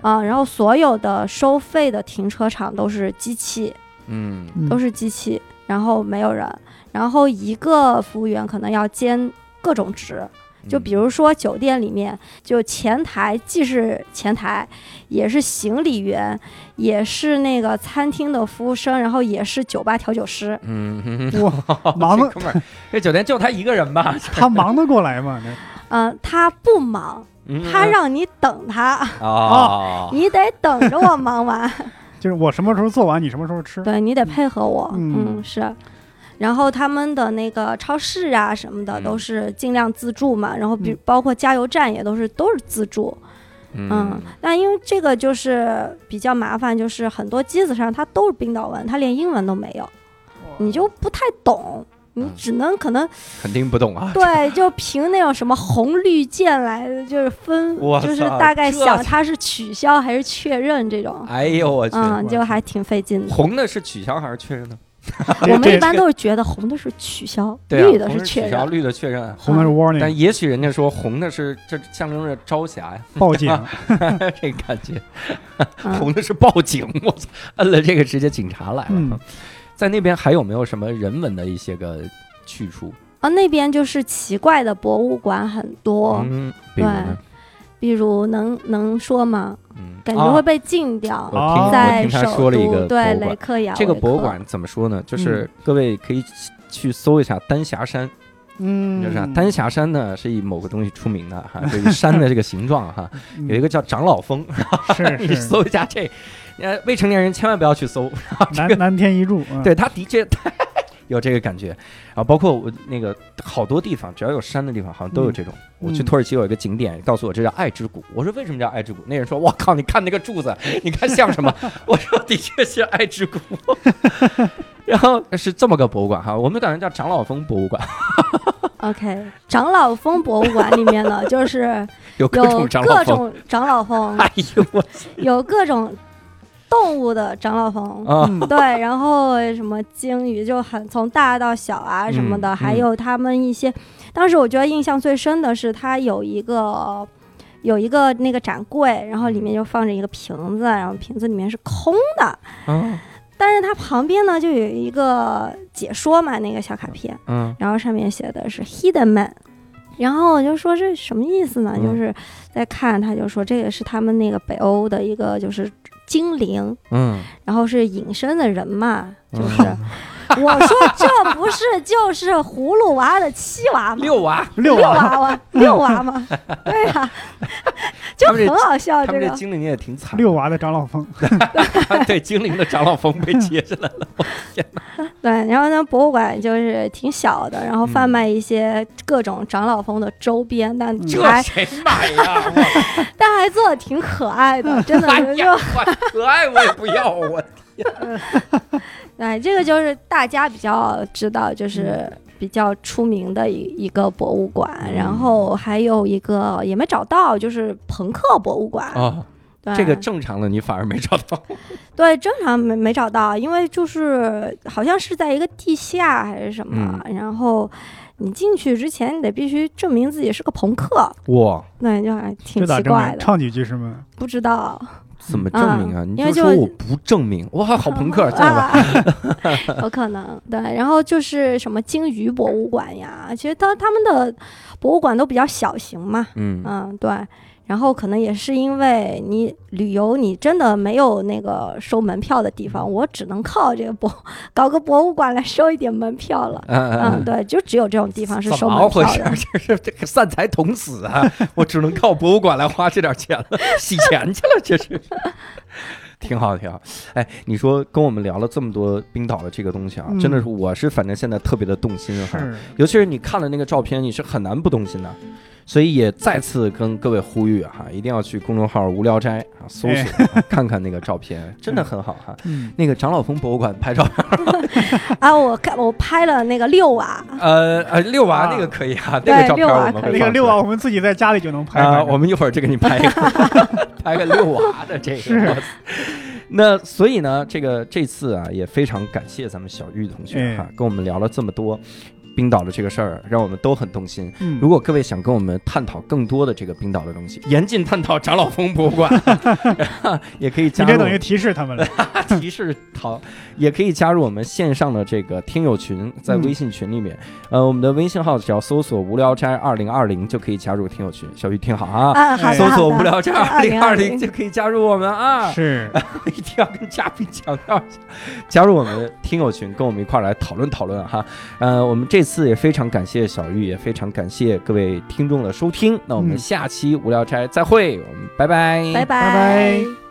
Speaker 2: 哇
Speaker 3: 啊、然后所有的收费的停车场都是机器。
Speaker 2: 嗯
Speaker 3: 都是机器，然后没有人，然后一个服务员可能要兼各种职，就
Speaker 2: 嗯
Speaker 3: 比如说酒店里面，就前台既是前台，也是行李员，也是那个餐厅的服务生，然后也是酒吧调酒师。
Speaker 2: 嗯，嗯 *laughs* 嗯
Speaker 1: 哇，忙
Speaker 2: 这
Speaker 1: 得
Speaker 2: 哥们儿，这酒店就他一个人
Speaker 3: *laughs*
Speaker 2: 吧？
Speaker 1: 他忙得过来吗？那
Speaker 3: 嗯、他不忙，
Speaker 2: 嗯
Speaker 3: 他让你等他，
Speaker 2: 啊，
Speaker 3: 你得等着我忙完，
Speaker 1: 就是我什么时候做完，你什么时候吃。
Speaker 3: 对你得配合我。
Speaker 1: 嗯
Speaker 3: 嗯是。然后他们的那个超市啊什么的
Speaker 2: 嗯
Speaker 3: 都是尽量自助嘛，然后比
Speaker 1: 嗯
Speaker 3: 包括加油站也都是都是自助。嗯
Speaker 2: 嗯，
Speaker 3: 那因为这个就是比较麻烦，就是很多机子上它都是冰岛文，它连英文都没有，你就不太懂，你
Speaker 2: 嗯
Speaker 3: 只能可能
Speaker 2: 肯定不懂啊。
Speaker 3: 对，就凭那种什么红绿键来，就是分，
Speaker 2: 我
Speaker 3: 就是
Speaker 2: 操
Speaker 3: 大概
Speaker 2: 这
Speaker 3: 想
Speaker 2: 才
Speaker 3: 它是取消还是确认这种，
Speaker 2: 哎呦我去，
Speaker 3: 嗯，
Speaker 1: 我
Speaker 3: 就
Speaker 1: 去
Speaker 3: 还挺费劲的。
Speaker 2: 红的是取消还是确认呢？*laughs*
Speaker 1: 这
Speaker 3: 我们
Speaker 1: 这
Speaker 3: 一般都是觉得红的是取消，
Speaker 2: 对啊，
Speaker 3: 绿的
Speaker 2: 红是
Speaker 3: 是确
Speaker 2: 取消，
Speaker 3: 认，嗯
Speaker 2: 绿的确认。
Speaker 1: 红的是
Speaker 2: 嗯
Speaker 1: warning
Speaker 2: 但也许人家说红的是这象征着朝霞呀， *laughs*
Speaker 1: 报警，
Speaker 2: 这感觉
Speaker 3: 嗯，
Speaker 2: 红的是报警，我操，摁了这个直接警察来了。 *laughs*
Speaker 1: 嗯
Speaker 2: 在那边还有没有什么人文的一些个去处？
Speaker 3: 啊，那边就是奇怪的博物馆很多，
Speaker 2: 嗯，比如呢，
Speaker 3: 比如能能说吗？
Speaker 2: 嗯，
Speaker 3: 感觉会
Speaker 2: 啊
Speaker 3: 被禁掉。
Speaker 2: 我听
Speaker 1: 哦
Speaker 2: 我
Speaker 3: 在
Speaker 2: 听他
Speaker 3: 首
Speaker 2: 说了一
Speaker 3: 都
Speaker 2: 个博
Speaker 3: 对
Speaker 2: 物馆
Speaker 3: 雷，克雅
Speaker 2: 这个
Speaker 3: 未
Speaker 2: 博物
Speaker 3: 克嗯
Speaker 2: 馆怎么说呢？就是各位可以去搜一下丹霞山，
Speaker 1: 嗯，
Speaker 2: 就是啊丹霞山呢是以某个东西出名的
Speaker 3: *laughs*
Speaker 2: 哈，对于山的这个形状
Speaker 1: *laughs*
Speaker 2: 哈，
Speaker 1: 嗯
Speaker 2: 有一个叫长老峰， *laughs* 你
Speaker 1: 是是
Speaker 2: 搜一下这，呃，未成年人千万不要去搜，
Speaker 1: 南南天一柱，嗯
Speaker 2: 对，他的确 *laughs* 有这个感觉。然后包括我那个好多地方，只要有山的地方，好像都有这种。我去
Speaker 1: 嗯
Speaker 2: 土耳其有一个景点，告诉我这叫爱之谷。我说为什么叫爱之谷？那人说：“我靠，你看那个柱子， *laughs* 你看像
Speaker 1: *laughs*
Speaker 2: 什么？”我说：“的确是爱之谷。” *laughs* 然后是这么个博物馆哈，我们管它叫长老峰博物馆， *laughs*
Speaker 3: OK，长老峰博物馆里面呢，就是
Speaker 2: 有
Speaker 3: 有
Speaker 2: 各种长老
Speaker 3: 各 *laughs*
Speaker 2: 峰。
Speaker 3: 种长老峰，
Speaker 2: 哎呦我
Speaker 3: 有各种动物的长老峰。
Speaker 2: 啊！ *laughs*
Speaker 1: 嗯
Speaker 3: 对，然后什么鲸鱼就很从大到小啊什么的，
Speaker 2: 嗯
Speaker 3: 还
Speaker 2: 嗯
Speaker 3: 有他们一些，当时我觉得印象最深的是它有一个有一个那个展柜，然后里面就放着一个瓶子，然后瓶子里面是空的，
Speaker 2: 啊
Speaker 3: 但是它旁边呢就有一个解说嘛，那个小卡片，
Speaker 2: 嗯
Speaker 3: 然后上面写的是 Hidden Man，然后我就说这什么意思呢？
Speaker 2: 嗯
Speaker 3: 就是在看，他就说这个是他们那个北欧的一个就是精灵，
Speaker 2: 嗯，
Speaker 3: 然后是隐身的人嘛，就是、
Speaker 2: 嗯
Speaker 3: 我说这不是就是葫芦娃的七娃吗？
Speaker 2: 六娃，
Speaker 1: 六啊，
Speaker 3: 娃娃，六
Speaker 2: *laughs*
Speaker 3: 娃吗？对呀、就
Speaker 2: 他们这
Speaker 3: 很好笑
Speaker 2: 他
Speaker 3: 啊这
Speaker 2: 们这
Speaker 3: 个。
Speaker 2: 精灵也挺惨的，
Speaker 1: 六娃的长老峰，
Speaker 2: *laughs* 对精灵的长老峰
Speaker 1: *laughs*
Speaker 2: 被接下来了，
Speaker 3: 对，然后呢，博物馆就是挺小的，然后贩
Speaker 2: 嗯
Speaker 3: 卖一些各种长老峰的周边，但
Speaker 1: 嗯
Speaker 2: 这 *laughs*
Speaker 3: 还
Speaker 2: 谁买呀？我
Speaker 3: 但还做的挺可
Speaker 2: *laughs*
Speaker 3: 爱的，真的
Speaker 2: 哎
Speaker 3: 就
Speaker 2: 呀，我可爱我也不要，我
Speaker 3: 哎，这个就是大家比较知道，就是比较出名的一一个博物馆，
Speaker 2: 嗯
Speaker 3: 然后还有一个也没找到，就是朋克博物馆。
Speaker 2: *laughs* 啊，
Speaker 3: 对
Speaker 2: 这个正常的你反而没找到，
Speaker 3: 对正常没没找到，因为就是好像是在一个地下还是什么，
Speaker 2: 嗯
Speaker 3: 然后你进去之前你得必须证明自己是个朋克，
Speaker 2: 哇，
Speaker 3: 那就还挺
Speaker 1: 这咋
Speaker 3: 奇
Speaker 1: 证
Speaker 3: 怪
Speaker 1: 明？
Speaker 3: 的，
Speaker 1: 唱几句是吗？
Speaker 3: 不知道。
Speaker 2: 怎么证明啊？
Speaker 3: 嗯
Speaker 2: 你
Speaker 3: 因为
Speaker 2: 说
Speaker 3: 就
Speaker 2: 我不证明，啊哇，
Speaker 3: 嗯
Speaker 2: 好朋克，这样吧，
Speaker 3: 啊、
Speaker 2: *laughs*
Speaker 3: 有可能对。然后就是什么鲸鱼博物馆呀，其实他他们的博物馆都比较小型嘛，
Speaker 2: 嗯
Speaker 3: 嗯，对。然后可能也是因为你旅游，你真的没有那个收门票的地方，我只能靠这个博搞个博物馆来收一点门票
Speaker 2: *laughs*
Speaker 3: 了。
Speaker 2: 嗯
Speaker 3: 嗯，。对，就只有这种地方是
Speaker 2: 怎
Speaker 3: 收
Speaker 2: 么
Speaker 3: 门
Speaker 2: 回
Speaker 3: 票
Speaker 2: 事
Speaker 3: 的
Speaker 2: 儿？。这是这个散财童子啊！我只能靠博物馆来花这点钱 *laughs* 了，洗钱去了，这 *laughs* 是。挺好，挺好。哎，你说跟我们聊了这么多冰岛的这个东西啊，
Speaker 1: 嗯
Speaker 2: 真的是，我是反正现在特别的动心啊哈。
Speaker 1: 是，
Speaker 2: 尤其是你看了那个照片，你是很难不动心的。所以也再次跟各位呼吁哈、一定要去公众号“无聊斋”啊搜索、看看那个照 *laughs* 片，真的很好哈、
Speaker 1: 嗯，
Speaker 2: 那个长老峰博物馆拍照，
Speaker 3: 啊，我看我拍了那个六娃，
Speaker 2: *laughs* 呃呃，六娃
Speaker 1: 啊
Speaker 2: 那个可以啊，那个照片我们
Speaker 3: 对六娃
Speaker 2: 会放
Speaker 1: 那
Speaker 3: 可以
Speaker 2: 出来
Speaker 1: 个六娃我们自己在家里就能拍
Speaker 2: 啊、
Speaker 1: 反正
Speaker 2: 我们一会儿就给你 *laughs* 拍一个，拍个六娃的这个。
Speaker 1: 是
Speaker 2: 那所以呢，这个这次啊，也非常感谢咱们小玉同学哈、
Speaker 1: 哎
Speaker 2: 跟我们聊了这么多。冰岛的这个事儿，让我们都很动心。
Speaker 1: 嗯
Speaker 2: 如果各位想跟我们探讨更多的这个冰岛的东
Speaker 1: *laughs*
Speaker 2: 西，严禁探讨长老峰博物馆，也可以加
Speaker 1: 你
Speaker 2: 入
Speaker 1: 这
Speaker 2: 我
Speaker 1: 等于
Speaker 2: 们
Speaker 1: 提示他
Speaker 2: *laughs*
Speaker 1: 们了。
Speaker 2: 提示讨，也可以加入我们线上的这个听友群，在
Speaker 1: 嗯
Speaker 2: 微信群里面，呃，我们的微信号只要搜索“无聊斋二零二零”就可以加入听友群。小鱼听好啊，
Speaker 3: 啊，好的，
Speaker 2: 搜索“
Speaker 3: 好的
Speaker 2: 无聊斋二零二零”
Speaker 3: 2020
Speaker 2: 就可以加入我们啊！
Speaker 1: 是，
Speaker 2: *laughs* 一定要跟嘉宾强调一下，加入我们听友群，跟我们一块儿来讨论讨论哈。呃，我们这次也非常感谢小玉，也非常感谢各位听众的收听。那我们
Speaker 1: 嗯
Speaker 2: 嗯下期无聊斋再会，我们拜拜，
Speaker 3: 拜
Speaker 1: 拜拜